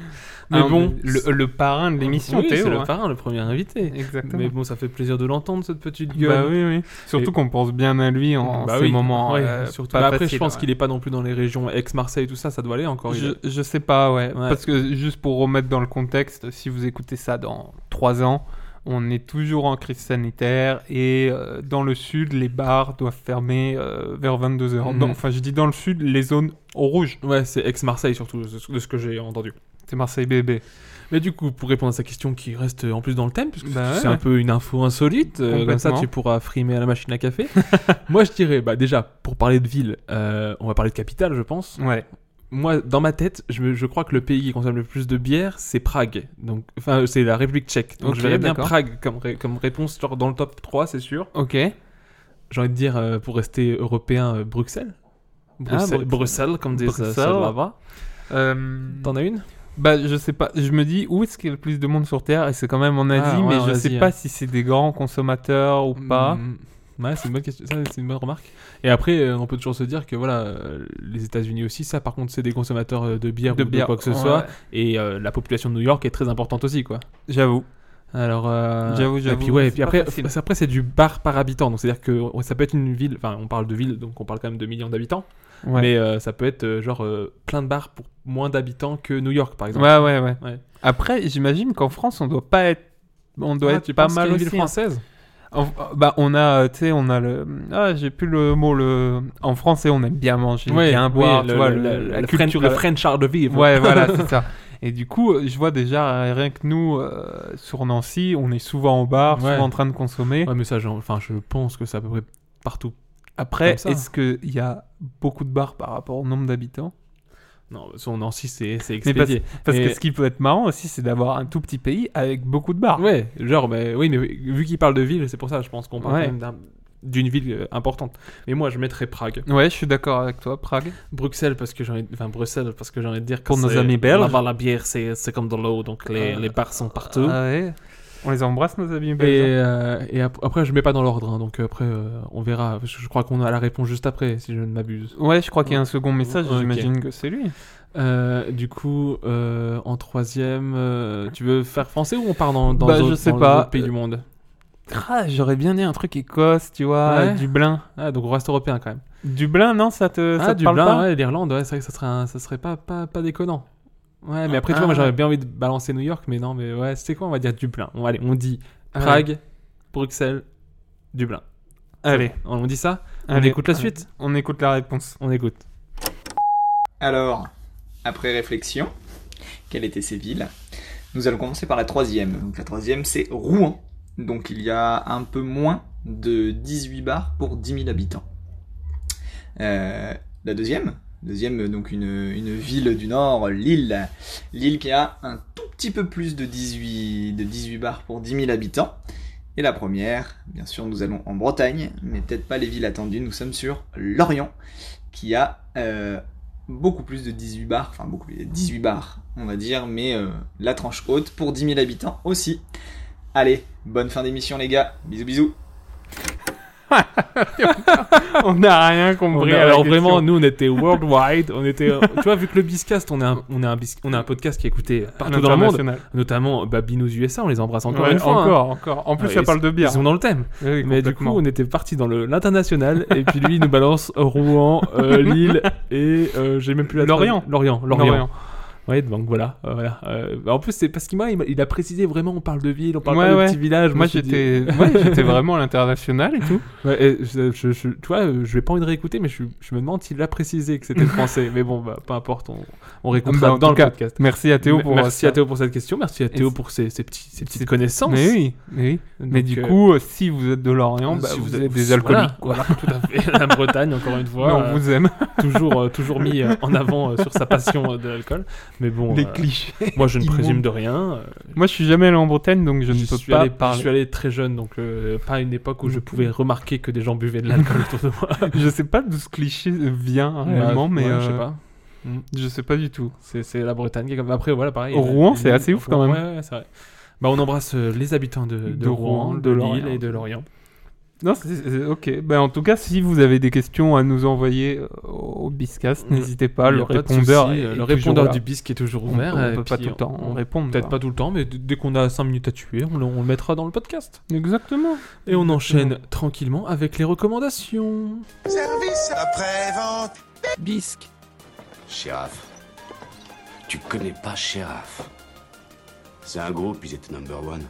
Speaker 4: Mais
Speaker 5: Hein,
Speaker 4: bon,
Speaker 5: le, le parrain de l'émission,
Speaker 4: oui,
Speaker 5: Théo.
Speaker 4: c'est le
Speaker 5: hein.
Speaker 4: parrain, le premier invité.
Speaker 5: Exactement.
Speaker 4: Mais bon, ça fait plaisir de l'entendre, cette petite gueule.
Speaker 5: Bah oui, oui. Surtout
Speaker 4: Et-
Speaker 5: qu'on pense bien à lui en
Speaker 4: Bah
Speaker 5: ces
Speaker 4: oui,
Speaker 5: moments.
Speaker 4: ouais,
Speaker 5: euh,
Speaker 4: surtout.
Speaker 5: pas
Speaker 4: Bah après, je
Speaker 5: faciles,
Speaker 4: pense
Speaker 5: ouais.
Speaker 4: qu'il est pas non plus dans les régions ex-Marseille, tout ça, ça doit aller encore. il
Speaker 5: Je,
Speaker 4: est-
Speaker 5: je sais pas, ouais.
Speaker 4: Ouais.
Speaker 5: Parce que juste pour remettre dans le contexte, si vous écoutez ça dans 3 ans, on est toujours en crise sanitaire et euh, dans le sud, les bars doivent fermer euh, vers 22h.
Speaker 4: Mhm.
Speaker 5: Enfin, je dis dans le sud, les zones au rouge.
Speaker 4: Ouais, c'est ex-Marseille surtout, de ce de ce que j'ai entendu.
Speaker 5: C'est Marseille bébé.
Speaker 4: Mais du coup, pour répondre à sa question qui reste euh, en plus dans le thème, puisque
Speaker 5: Bah
Speaker 4: c'est
Speaker 5: ouais.
Speaker 4: un peu une info insolite, euh, comme ça
Speaker 5: Complètement.
Speaker 4: tu pourras frimer à la machine à café. Moi je dirais, bah déjà, pour parler de ville, euh, on va parler de capitale, je pense.
Speaker 5: Ouais.
Speaker 4: Moi, dans ma tête, je, me- je crois que le pays qui consomme le plus de bière, c'est Prague. Donc, enfin, c'est la République tchèque. Donc
Speaker 5: Ok,
Speaker 4: je verrais bien
Speaker 5: d'accord.
Speaker 4: Prague comme, ré- comme réponse, genre dans le top 3, c'est sûr.
Speaker 5: Ok.
Speaker 4: J'ai envie de dire, euh, pour rester européen, euh, Bruxelles. Bruxelles,
Speaker 5: Bruxelles.
Speaker 4: Bruxelles, comme disent euh,
Speaker 5: Bruxelles.
Speaker 4: ceux de là-bas.
Speaker 5: Euh,
Speaker 4: T'en as une
Speaker 5: bah, je sais pas. Je me dis où est-ce qu'il y a le plus de monde sur Terre et c'est quand même en Asie,
Speaker 4: Ah, ouais,
Speaker 5: mais
Speaker 4: en
Speaker 5: je
Speaker 4: Asie,
Speaker 5: sais
Speaker 4: ouais.
Speaker 5: pas si c'est des grands consommateurs ou pas.
Speaker 4: Mm. Ouais, c'est une bonne question. Ça, c'est une bonne remarque. Et après, euh, on peut toujours se dire que voilà, euh, les États-Unis aussi, ça, par contre, c'est des consommateurs euh, de bière ou de quoi que ce
Speaker 5: ouais.
Speaker 4: soit. Et euh, la population de New York est très importante aussi, quoi.
Speaker 5: J'avoue.
Speaker 4: Alors, euh,
Speaker 5: J'avoue,
Speaker 4: Et
Speaker 5: j'avoue,
Speaker 4: puis ouais, et
Speaker 5: c'est
Speaker 4: puis
Speaker 5: pas
Speaker 4: après,
Speaker 5: facile.
Speaker 4: c'est- après c'est du bar par habitant. Donc c'est-à-dire que ouais, ça peut être une ville. Enfin, on parle de ville, donc on parle quand même de millions d'habitants.
Speaker 5: Ouais.
Speaker 4: Mais euh, ça peut être euh, genre euh, plein de bars pour moins d'habitants que New York, par exemple.
Speaker 5: Ouais, ouais, ouais.
Speaker 4: Ouais.
Speaker 5: Après, j'imagine qu'en France, on doit pas être. On doit
Speaker 4: Ah,
Speaker 5: être
Speaker 4: tu
Speaker 5: pas
Speaker 4: penses qu'il y a
Speaker 5: mal
Speaker 4: une ville
Speaker 5: aussi. hein.
Speaker 4: française.
Speaker 5: En- bah, on a, euh, tu sais, on a le. Ah, j'ai plus le mot. Le... En français, on aime bien manger, bien
Speaker 4: oui,
Speaker 5: boire,
Speaker 4: le-
Speaker 5: tu vois,
Speaker 4: le-
Speaker 5: le-
Speaker 4: le-
Speaker 5: la
Speaker 4: le
Speaker 5: culture.
Speaker 4: French- le French art de vivre.
Speaker 5: Ouais, voilà, c'est ça. Et du coup, euh, je vois déjà, euh, rien que nous, euh, sur Nancy, on est souvent au bar,
Speaker 4: Ouais.
Speaker 5: souvent en train de consommer.
Speaker 4: Ouais, mais ça, j'en- enfin, je pense que c'est à peu près partout.
Speaker 5: Après,
Speaker 4: Comme ça. hein.
Speaker 5: est-ce qu'il y a beaucoup de bars par rapport au nombre d'habitants
Speaker 4: Non, son Nancy, c'est c'est
Speaker 5: Mais
Speaker 4: expédié.
Speaker 5: Parce
Speaker 4: Et-
Speaker 5: que ce qui peut être marrant aussi, c'est d'avoir un tout petit pays avec beaucoup de bars.
Speaker 4: Ouais, genre, mais oui, mais vu qu'il parle de ville, c'est pour ça, je pense qu'on parle
Speaker 5: Ouais.
Speaker 4: quand même d'un- d'une ville euh, importante. Mais moi, je mettrais Prague,
Speaker 5: Ouais, je suis d'accord avec toi, Prague.
Speaker 4: Bruxelles parce que j'ai envie, enfin Bruxelles parce que j'ai envie de dire que
Speaker 5: Pour nos
Speaker 4: c'est-
Speaker 5: amis belges.
Speaker 4: Là-bas, la bière, c'est c'est comme dans l'eau, donc les,
Speaker 5: Euh,
Speaker 4: les bars sont partout.
Speaker 5: Ah ouais. On les embrasse, nos amis
Speaker 4: et
Speaker 5: belges.
Speaker 4: euh, et ap- après, je mets pas dans l'ordre, hein, donc après, euh, on verra. parce que Je crois qu'on a la réponse juste après, si je ne m'abuse.
Speaker 5: Ouais, je crois qu'il y a un second message,
Speaker 4: Ok.
Speaker 5: j'imagine que c'est lui.
Speaker 4: Euh, du coup, euh, en troisième, euh, tu veux faire français ou on part dans, dans
Speaker 5: Bah,
Speaker 4: les autres-
Speaker 5: je sais
Speaker 4: dans les
Speaker 5: pas.
Speaker 4: autres pays du monde
Speaker 5: Ah, j'aurais bien dit un truc Écosse, tu vois,
Speaker 4: Ouais.
Speaker 5: Dublin.
Speaker 4: Ah, donc on reste européen quand même.
Speaker 5: Dublin, non, ça te, ça
Speaker 4: ah,
Speaker 5: te parle
Speaker 4: Dublin,
Speaker 5: pas
Speaker 4: ouais, l'Irlande, ouais, c'est vrai que ça serait, un- ça serait pas, pas, pas déconnant. Ouais, mais après, tu
Speaker 5: Ah,
Speaker 4: vois, moi
Speaker 5: ouais.
Speaker 4: j'aurais bien envie de balancer New York, mais non, mais ouais, c'est quoi On va dire Dublin. On, allez, on dit Prague, Bruxelles, Dublin.
Speaker 5: Allez,
Speaker 4: On dit ça On
Speaker 5: allez,
Speaker 4: écoute la
Speaker 5: allez.
Speaker 4: suite
Speaker 5: On écoute la réponse.
Speaker 4: On écoute.
Speaker 7: Alors, après réflexion, quelles étaient ces villes Nous allons commencer par la troisième. Donc la troisième, c'est Rouen. Donc il y a un peu moins de 18 bars pour 10 000 habitants. Euh, la deuxième, deuxième donc une, une ville du nord, Lille. Lille qui a un tout petit peu plus de 18, de 18 bars pour 10 000 habitants. Et la première, bien sûr, nous allons en Bretagne, mais peut-être pas les villes attendues, nous sommes sur Lorient, qui a euh, beaucoup plus de 18 bars, enfin beaucoup plus, 18 bars, on va dire, mais euh, la tranche haute pour 10 000 habitants aussi. Allez, bonne fin d'émission les gars, bisous bisous.
Speaker 5: on n'a rien compris.
Speaker 4: On a-
Speaker 5: à la
Speaker 4: alors
Speaker 5: question.
Speaker 4: vraiment, nous on était worldwide, on était, euh, tu vois, vu que le Biscast, on a un, on a un, bis- on a un podcast qui est écouté partout dans le monde,
Speaker 5: International.
Speaker 4: notamment bah, Babinous USA, on les embrasse encore
Speaker 5: Ouais,
Speaker 4: une fois. hein.
Speaker 5: encore, encore. En plus,
Speaker 4: Ouais,
Speaker 5: ça
Speaker 4: ils-
Speaker 5: parle de bière.
Speaker 4: Ils sont dans le thème.
Speaker 5: Oui,
Speaker 4: Mais du coup,
Speaker 5: complètement.
Speaker 4: on était parti dans le- l'international, et puis lui, il nous balance Rouen, euh, Lille, et euh, j'ai même plus la
Speaker 5: Lorient.
Speaker 4: troisième- Lorient. Lorient.
Speaker 5: Lorient.
Speaker 4: Ouais, donc voilà. euh, voilà. Euh, en plus, c'est parce qu'il m'a, il m'a- il a précisé vraiment, on parle de ville, on parle
Speaker 5: Ouais,
Speaker 4: pas
Speaker 5: ouais.
Speaker 4: de petit village.
Speaker 5: Moi, j'étais ouais, j'étais vraiment à l'international et tout.
Speaker 4: Ouais, et je, je, je- tu vois, euh, je vais pas envie de réécouter, mais je, je me demande s'il a précisé que c'était le français. mais bon, bah, peu importe, on, on réécoutera
Speaker 5: Bah, en
Speaker 4: dans
Speaker 5: tout
Speaker 4: le
Speaker 5: cas,
Speaker 4: podcast.
Speaker 5: Merci à Théo
Speaker 4: M-
Speaker 5: pour
Speaker 4: Merci
Speaker 5: ça.
Speaker 4: à Théo pour cette question, merci à Théo
Speaker 5: c'est-
Speaker 4: pour ses, ses petits, ses petites connaissances.
Speaker 5: Mais oui, mais oui. Mais
Speaker 4: Donc,
Speaker 5: du
Speaker 4: euh,
Speaker 5: coup, euh, si vous êtes de Lorient, bah,
Speaker 4: si
Speaker 5: vous,
Speaker 4: êtes-
Speaker 5: êtes des alcooliques.
Speaker 4: Voilà, voilà, tout à fait. La Bretagne, encore une
Speaker 5: Mais
Speaker 4: fois. euh,
Speaker 5: on vous aime.
Speaker 4: toujours, euh, toujours mis euh, en avant euh, sur sa passion euh, de l'alcool. Mais bon,
Speaker 5: Les
Speaker 4: euh,
Speaker 5: clichés.
Speaker 4: moi je ne
Speaker 5: immondes.
Speaker 4: présume de rien. euh,
Speaker 5: Moi, je suis jamais allé en Bretagne, donc je ne peux
Speaker 4: suis
Speaker 5: pas
Speaker 4: allé,
Speaker 5: parler. Mm.
Speaker 4: Je suis allé très jeune, donc euh, pas à une époque où je pouvais remarquer que des gens buvaient de l'alcool autour de moi.
Speaker 5: Je sais pas d'où ce cliché vient réellement,
Speaker 4: Bah,
Speaker 5: mais
Speaker 4: ouais, je sais
Speaker 5: euh,
Speaker 4: pas.
Speaker 5: je sais pas du tout.
Speaker 4: C'est, c'est la Bretagne qui est comme. Après, voilà, pareil.
Speaker 5: Au
Speaker 4: euh,
Speaker 5: Rouen, c'est
Speaker 4: Lille,
Speaker 5: assez ouf, quand
Speaker 4: Rouen,
Speaker 5: même.
Speaker 4: Ouais, ouais, c'est vrai. Bah, on embrasse euh, les habitants de, de
Speaker 5: De
Speaker 4: Rouen,
Speaker 5: Rouen,
Speaker 4: de
Speaker 5: de
Speaker 4: Lille
Speaker 5: Lorient.
Speaker 4: et de Lorient.
Speaker 5: Non, c'est- c'est- ok. Ben, en tout cas, si vous avez des questions à nous envoyer euh, au Biscast,
Speaker 4: Mm.
Speaker 5: n'hésitez pas.
Speaker 4: Il y
Speaker 5: Le
Speaker 4: a pas de
Speaker 5: répondeur,
Speaker 4: souci,
Speaker 5: est- est
Speaker 4: le
Speaker 5: toujours
Speaker 4: répondeur
Speaker 5: là.
Speaker 4: du bisque est toujours
Speaker 5: On-
Speaker 4: ouvert.
Speaker 5: on
Speaker 4: et
Speaker 5: peut pas
Speaker 4: puis
Speaker 5: tout le temps
Speaker 4: on-
Speaker 5: en répondre,
Speaker 4: Peut-être
Speaker 5: quoi.
Speaker 4: pas tout le temps, mais d- dès qu'on a 5 minutes à tuer, on le, on le mettra dans le podcast.
Speaker 5: Exactement.
Speaker 4: Et on enchaîne tranquillement avec les recommandations.
Speaker 8: Service après-vente.
Speaker 9: Bisque. Sheriff. Tu connais pas Sheriff. C'est un groupe, ils étaient number one.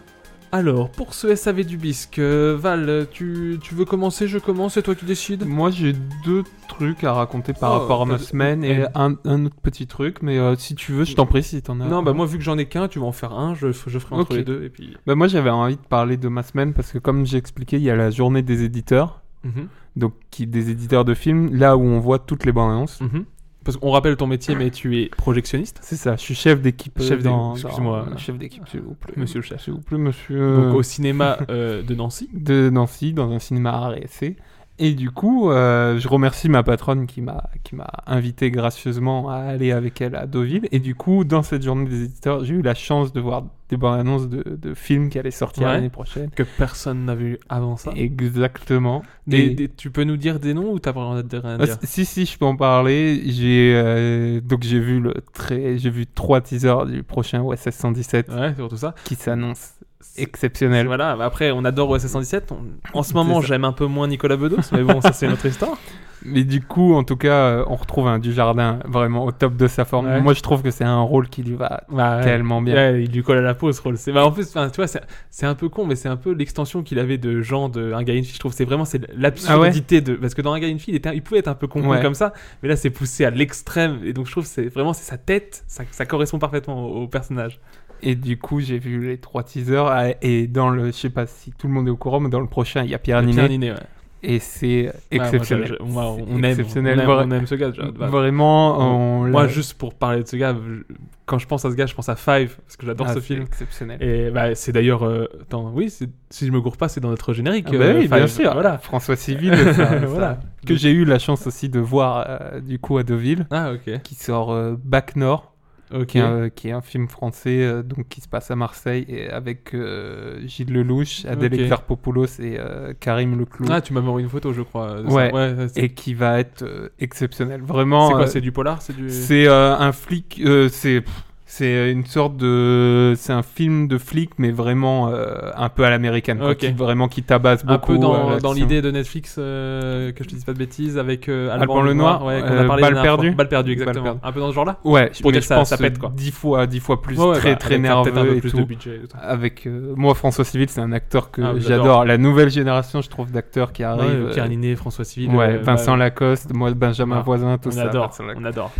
Speaker 4: Alors, pour ce SAV du bisque, euh, Val, tu, tu veux commencer, je commence, c'est toi qui décides
Speaker 5: Moi, j'ai deux trucs à raconter par
Speaker 4: Oh,
Speaker 5: rapport à ma
Speaker 4: t'as-
Speaker 5: semaine et
Speaker 4: Eh.
Speaker 5: un, un autre petit truc. Mais euh, si tu veux, je t'en prie si t'en as.
Speaker 4: Non, bah moi, vu que j'en ai qu'un, tu vas en faire un, je, f- je ferai entre
Speaker 5: Ok.
Speaker 4: les deux, et puis...
Speaker 5: Bah, moi, j'avais envie de parler de ma semaine parce que, comme j'ai expliqué, il y a la journée des éditeurs,
Speaker 4: Mhm,
Speaker 5: donc qui, des éditeurs de films, là où on voit toutes les bandes annonces.
Speaker 4: mhm. Parce qu'on rappelle ton métier, mais tu es projectionniste.
Speaker 5: C'est ça. Je suis chef d'équipe. euh,
Speaker 4: Chef d'équipe,
Speaker 5: dans-
Speaker 4: excuse-moi.
Speaker 5: dans- Chef d'équipe, s'il vous plaît.
Speaker 4: Monsieur le chef.
Speaker 5: S'il vous plaît, monsieur.
Speaker 4: Donc au cinéma euh, de Nancy.
Speaker 5: de Nancy dans un cinéma RSC. Et du coup, euh, je remercie ma patronne qui m'a qui m'a invité gracieusement à aller avec elle à Deauville. Et du coup, dans cette journée des éditeurs, j'ai eu la chance de voir des bandes annonces de, de films qui allaient sortir
Speaker 4: Ouais.
Speaker 5: l'année prochaine.
Speaker 4: Que personne n'a vu avant ça.
Speaker 5: Exactement.
Speaker 4: Des-
Speaker 5: Et-
Speaker 4: des- tu peux nous dire des noms ou t'as vraiment rien à
Speaker 5: Ah,
Speaker 4: dire
Speaker 5: si si, je peux en parler. J'ai euh, donc j'ai vu le très j'ai vu trois teasers du prochain OSS 117
Speaker 4: Ouais, c'est surtout ça.
Speaker 5: qui s'annonce
Speaker 4: C'est- Et
Speaker 5: exceptionnel.
Speaker 4: Voilà, bah, après on adore OSS 117. on- En ce moment,
Speaker 5: ça.
Speaker 4: j'aime un peu moins Nicolas Bedos, mais bon, ça c'est notre histoire.
Speaker 5: Mais du coup, en tout cas, euh, on retrouve un Dujardin vraiment au top de sa forme.
Speaker 4: Ouais.
Speaker 5: Moi, je trouve que c'est un rôle qui lui va tellement bien.
Speaker 4: Ouais, il lui colle à la peau ce rôle. C'est bah, en plus, enfin, tu vois, c'est c'est un peu con, mais c'est un peu l'extension qu'il avait de Jean de Un gars une fille. Je trouve c'est vraiment c'est l'absurdité de parce que dans Un gars une fille, il, était, il pouvait être un peu con con
Speaker 5: Ah Ouais.
Speaker 4: comme ça, mais là c'est poussé à l'extrême et donc je trouve que c'est vraiment c'est sa tête, ça, ça correspond parfaitement au, au personnage.
Speaker 5: Et du coup, j'ai vu les trois teasers. euh, Et dans le, je sais pas si tout le monde est au courant, mais dans le prochain, il y a Pierre
Speaker 4: Bien
Speaker 5: Ninet.
Speaker 4: animé, ouais.
Speaker 5: Et c'est exceptionnel.
Speaker 4: Ouais, moi, je- je- moi,
Speaker 5: C'est
Speaker 4: on, aime,
Speaker 5: exceptionnel.
Speaker 4: on aime,
Speaker 5: Vra-
Speaker 4: on aime ce gars. genre, bah,
Speaker 5: Vraiment, on
Speaker 4: Moi,
Speaker 5: l'a-
Speaker 4: juste pour parler de ce gars, je- quand je pense à ce gars, je pense à Five, parce que j'adore
Speaker 5: Ah,
Speaker 4: ce
Speaker 5: c'est
Speaker 4: film.
Speaker 5: Exceptionnel.
Speaker 4: Et bah, c'est d'ailleurs. euh, attends, oui, c'est- si je me gourre pas, c'est dans notre générique.
Speaker 5: Ah bah
Speaker 4: euh,
Speaker 5: oui, bien
Speaker 4: Five,
Speaker 5: sûr.
Speaker 4: Voilà.
Speaker 5: François
Speaker 4: euh,
Speaker 5: Civil, ça- ça-
Speaker 4: Voilà.
Speaker 5: que j'ai eu la chance aussi de voir euh, du coup à Deauville,
Speaker 4: Ah, ok.
Speaker 5: qui sort euh, Bac Nord.
Speaker 4: Ok.
Speaker 5: qui est, un, euh, qui est un film français euh, donc qui se passe à Marseille et avec euh, Gilles Lelouch, Adèle
Speaker 4: Ok.
Speaker 5: Exarchopoulos et euh, Karim Leclou
Speaker 4: Ah, tu m'as envoyé une photo, je crois. de ça.
Speaker 5: Ouais.
Speaker 4: c'est
Speaker 5: et qui va être euh, exceptionnel
Speaker 4: c'est
Speaker 5: vraiment.
Speaker 4: quoi
Speaker 5: euh,
Speaker 4: C'est du polar C'est du.
Speaker 5: c'est euh, un flic, euh, c'est pff, c'est une sorte de c'est un film de flic mais vraiment euh, un peu à l'américaine quoi,
Speaker 4: Ok.
Speaker 5: qui- vraiment qui tabasse
Speaker 4: Un
Speaker 5: beaucoup
Speaker 4: peu
Speaker 5: euh,
Speaker 4: dans,
Speaker 5: l'action.
Speaker 4: dans l'idée de Netflix, euh, que je te dise pas de bêtises, avec euh,
Speaker 5: Alban Lenoir,
Speaker 4: ouais, qu'on
Speaker 5: euh,
Speaker 4: a parlé la
Speaker 5: Balle
Speaker 4: dernière fois.
Speaker 5: perdue.
Speaker 4: Balle perdue,
Speaker 5: Balle
Speaker 4: exactement.
Speaker 5: perdue.
Speaker 4: Un peu dans ce genre-là
Speaker 5: Ouais,
Speaker 4: pour dire
Speaker 5: mais je
Speaker 4: que ça-
Speaker 5: pense,
Speaker 4: ça pète,
Speaker 5: euh,
Speaker 4: quoi.
Speaker 5: dix fois dix fois plus
Speaker 4: Ouais, ouais,
Speaker 5: très
Speaker 4: bah,
Speaker 5: très
Speaker 4: avec
Speaker 5: nerveux
Speaker 4: Peut-être un peu
Speaker 5: et
Speaker 4: plus
Speaker 5: tout.
Speaker 4: de budget. et tout.
Speaker 5: avec euh, moi François Civil c'est un acteur que
Speaker 4: Ah, j'adore.
Speaker 5: j'adore la nouvelle génération je trouve d'acteurs qui
Speaker 4: Ouais,
Speaker 5: arrivent
Speaker 4: Pierre Ninet, François Civil.
Speaker 5: Ah, euh, ouais
Speaker 4: euh,
Speaker 5: Vincent
Speaker 4: bah,
Speaker 5: Lacoste moi Benjamin
Speaker 4: Ah,
Speaker 5: Voisin tout
Speaker 4: on
Speaker 5: ça
Speaker 4: adore,
Speaker 5: Vincent
Speaker 4: on
Speaker 5: Lacoste.
Speaker 4: adore.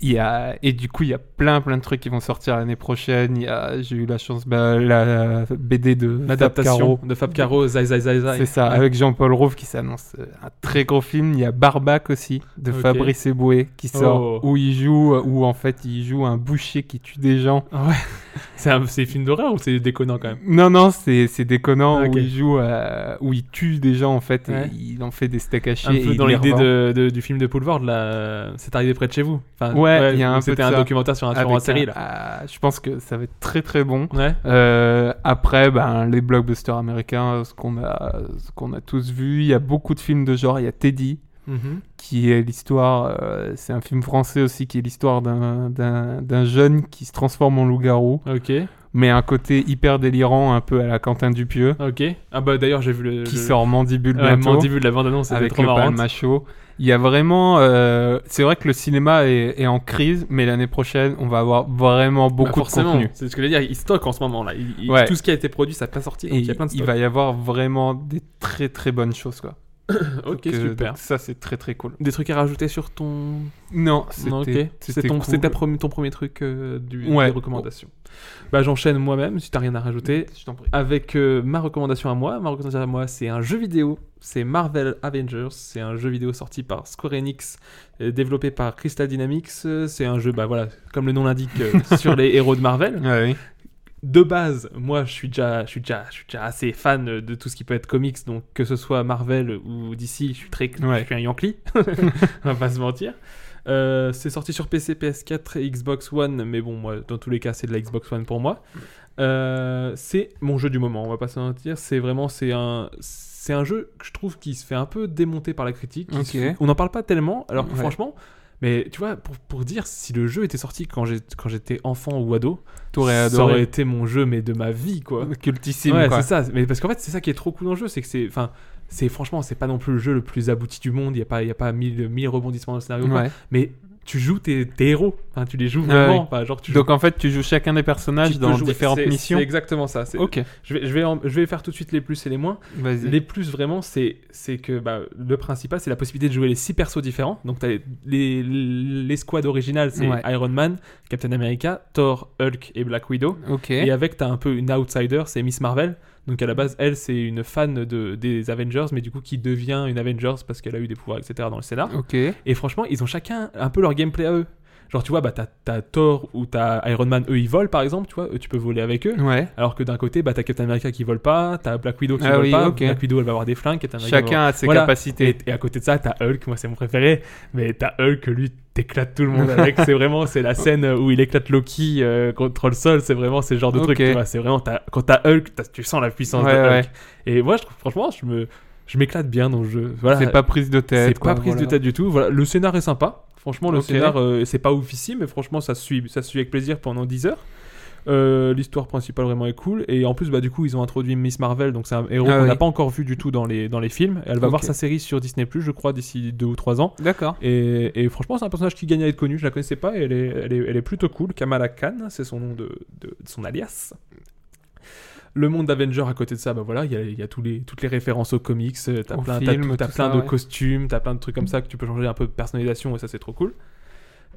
Speaker 5: il y a et du coup il y a plein plein de trucs qui vont sortir l'année prochaine il y a j'ai eu la chance bah, la BD de Fab
Speaker 4: L'adaptation
Speaker 5: Caro.
Speaker 4: de Fab Caro, Zai Zai Zai Zai.
Speaker 5: c'est ça avec Jean-Paul Rouve qui s'annonce euh, un très gros film il y a Barbac aussi de
Speaker 4: Ok.
Speaker 5: Fabrice Eboué qui sort
Speaker 4: Oh.
Speaker 5: où il joue euh, où en fait il joue un boucher qui tue des gens
Speaker 4: Ouais. C'est un c'est film d'horreur ou c'est déconnant quand même
Speaker 5: Non, non, c'est c'est déconnant
Speaker 4: Ah, ok.
Speaker 5: où il joue, euh, où il tue des gens en fait,
Speaker 4: Ouais.
Speaker 5: et il en fait des steaks hachés.
Speaker 4: Un
Speaker 5: et
Speaker 4: peu
Speaker 5: il
Speaker 4: dans
Speaker 5: les
Speaker 4: l'idée
Speaker 5: revend.
Speaker 4: de, de- du film de Poulvord, là, euh, c'est arrivé près de chez vous. Enfin,
Speaker 5: Ouais, il y a un
Speaker 4: où
Speaker 5: peu
Speaker 4: C'était
Speaker 5: de
Speaker 4: un
Speaker 5: ça.
Speaker 4: documentaire sur un sur
Speaker 5: Avec
Speaker 4: une série
Speaker 5: un-
Speaker 4: là.
Speaker 5: ah, je pense que ça va être très très bon.
Speaker 4: Ouais.
Speaker 5: Euh, après, ben, les blockbusters américains, ce qu'on a, ce qu'on a tous vu, il y a beaucoup de films de genre. Il y a Teddy,
Speaker 4: Mhm.
Speaker 5: qui est l'histoire, euh, c'est un film français aussi qui est l'histoire d'un- d'un d'un jeune qui se transforme en loup-garou,
Speaker 4: Ok,
Speaker 5: mais un côté hyper délirant, un peu à la Quentin Dupieux,
Speaker 4: ok. Ah bah d'ailleurs j'ai vu le.
Speaker 5: qui
Speaker 4: le-
Speaker 5: sort Mandibule
Speaker 4: Ouais,
Speaker 5: bientôt.
Speaker 4: Mandibule, la bande annonce, c'était
Speaker 5: avec
Speaker 4: trop
Speaker 5: le
Speaker 4: marrant.
Speaker 5: Palmacho. Il y a vraiment. euh, c'est vrai que le cinéma est, est en crise, mais l'année prochaine, on va avoir vraiment
Speaker 4: Bah,
Speaker 5: beaucoup de
Speaker 4: forcément,
Speaker 5: contenu.
Speaker 4: C'est ce que je veux dire, il stocke en ce moment là. Il- il-
Speaker 5: Ouais.
Speaker 4: Tout ce qui a été produit, ça n'a pas sorti.
Speaker 5: Et
Speaker 4: donc il y a plein de
Speaker 5: il
Speaker 4: stocks.
Speaker 5: va y avoir vraiment des très très bonnes choses. Quoi.
Speaker 4: Ok,
Speaker 5: Donc, euh,
Speaker 4: super.
Speaker 5: donc ça, c'est très très cool.
Speaker 4: Des trucs à rajouter sur ton
Speaker 5: Non,
Speaker 4: Non, ok.
Speaker 5: c'était
Speaker 4: C'est
Speaker 5: c'était
Speaker 4: ton, c'est
Speaker 5: cool.
Speaker 4: ta premi- ton premier truc euh, du,
Speaker 5: Ouais.
Speaker 4: des recommandations. Bah, j'enchaîne moi-même, si t'as rien à rajouter.
Speaker 5: Je t'en prie.
Speaker 4: Avec euh, ma recommandation à moi. Ma recommandation à moi, c'est un jeu vidéo. C'est Marvel Avengers. C'est un jeu vidéo sorti par Square Enix, euh, développé par Crystal Dynamics. Euh, C'est un jeu, bah voilà, comme le nom l'indique, euh, sur les héros de Marvel
Speaker 5: Ah oui.
Speaker 4: de base, moi, je suis déjà, je suis déjà, je suis déjà assez fan euh, de tout ce qui peut être comics, donc que ce soit Marvel ou DC, je suis très,
Speaker 5: Ouais.
Speaker 4: je suis un Yankee, on va pas se mentir. Euh, c'est sorti sur PC, PS4 et Xbox One, mais bon, moi, dans tous les cas, c'est de la Xbox One pour moi. Euh, c'est mon jeu du moment, on va pas se mentir. C'est vraiment c'est un c'est un jeu que je trouve qui se fait un peu démonter par la critique. qui
Speaker 5: Ok.
Speaker 4: se- on n'en parle pas tellement, alors que
Speaker 5: Ouais.
Speaker 4: franchement, mais tu vois, pour, pour dire si le jeu était sorti quand j'ai- quand j'étais enfant ou ado,
Speaker 5: T'aurais
Speaker 4: ça aurait
Speaker 5: adoré.
Speaker 4: été mon jeu, mais de ma vie quoi.
Speaker 5: Cultissime,
Speaker 4: ouais,
Speaker 5: quoi.
Speaker 4: c'est ça. Mais parce qu'en fait, c'est ça qui est trop cool dans le jeu, c'est que c'est, enfin, c'est franchement, c'est pas non plus le jeu le plus abouti du monde. Il y a pas, il y a pas mille, mille rebondissements dans le scénario. quoi.
Speaker 5: Ouais.
Speaker 4: Mais tu joues tes, tes héros. Enfin, tu les joues
Speaker 5: Ah
Speaker 4: vraiment.
Speaker 5: oui.
Speaker 4: Enfin, genre tu
Speaker 5: Donc en fait, tu joues chacun des
Speaker 4: joues, tu
Speaker 5: personnages
Speaker 4: peux
Speaker 5: dans
Speaker 4: jouer.
Speaker 5: différentes
Speaker 4: C'est-
Speaker 5: missions.
Speaker 4: C'est exactement ça. C'est-
Speaker 5: Ok,
Speaker 4: Je vais, je vais, en- je vais faire tout de suite les plus et les moins.
Speaker 5: vas-y.
Speaker 4: Les plus vraiment, c'est, c'est que bah, le principal, c'est la possibilité de jouer les six persos différents. Donc t'as les, les, les squads originales, c'est
Speaker 5: Ouais.
Speaker 4: Iron Man, Captain America, Thor, Hulk et Black Widow.
Speaker 5: Ok.
Speaker 4: Et avec, t'as un peu une outsider, c'est Miss Marvel. Donc à la base, elle, c'est une fan de, des Avengers, mais du coup qui devient une Avengers parce qu'elle a eu des pouvoirs, etc. dans le scénar.
Speaker 5: Ok.
Speaker 4: Et franchement, ils ont chacun un peu leur gameplay à eux. Genre, tu vois, bah, t'as, t'as Thor ou t'as Iron Man, eux, ils volent, par exemple, tu vois, eux, tu peux voler avec eux.
Speaker 5: Ouais.
Speaker 4: Alors que d'un côté, bah, t'as Captain America qui vole pas, t'as Black Widow qui
Speaker 5: Ah
Speaker 4: vole
Speaker 5: oui,
Speaker 4: pas,
Speaker 5: ok.
Speaker 4: Black Widow, elle va avoir des flingues, Captain America, elle va
Speaker 5: Chacun a ses
Speaker 4: bah, Voilà.
Speaker 5: capacités.
Speaker 4: et, et à côté de ça, t'as Hulk, moi c'est mon préféré, mais t'as Hulk, lui, t'éclates tout le monde avec. c'est vraiment, c'est la scène où il éclate Loki euh, contre le sol, c'est vraiment ce genre de truc,
Speaker 5: Ok.
Speaker 4: tu vois. C'est vraiment, t'as- quand t'as Hulk, t'as- tu sens la puissance
Speaker 5: Ouais,
Speaker 4: de Hulk.
Speaker 5: ouais.
Speaker 4: Et moi, je, trouve- franchement, je me, je m'éclate bien dans le jeu. Voilà.
Speaker 5: C'est pas prise de
Speaker 4: C'est
Speaker 5: tête.
Speaker 4: pas prise de tête du tout. Voilà, le scénar est sympa. Franchement, le
Speaker 5: Ok.
Speaker 4: scénar, euh, c'est pas ouf ici, mais franchement, ça se suit, ça se suit avec plaisir pendant 10 heures. Euh, L'histoire principale vraiment est cool. Et en plus, bah, du coup, ils ont introduit Miss Marvel, donc c'est un héros
Speaker 5: Ah
Speaker 4: qu'on
Speaker 5: oui.
Speaker 4: n'a pas encore vu du tout dans les, dans les films. Elle va
Speaker 5: Ok.
Speaker 4: voir sa série sur Disney, je crois, d'ici 2 ou 3 ans.
Speaker 5: D'accord.
Speaker 4: Et, et franchement, c'est un personnage qui gagne à être connu. Je la connaissais pas et elle est, elle est, elle est plutôt cool. Kamala Khan, c'est son nom de, de- de son alias. Le monde d'Avengers à côté de ça, bah voilà, il y a, il y a tous les, toutes les références aux comics, euh, t'as
Speaker 5: Aux
Speaker 4: plein, t'as
Speaker 5: films,
Speaker 4: tout- t'as
Speaker 5: tout
Speaker 4: plein
Speaker 5: ça,
Speaker 4: de
Speaker 5: ouais.
Speaker 4: costumes, t'as plein de trucs comme ça que tu peux changer un peu de personnalisation et ça c'est trop cool.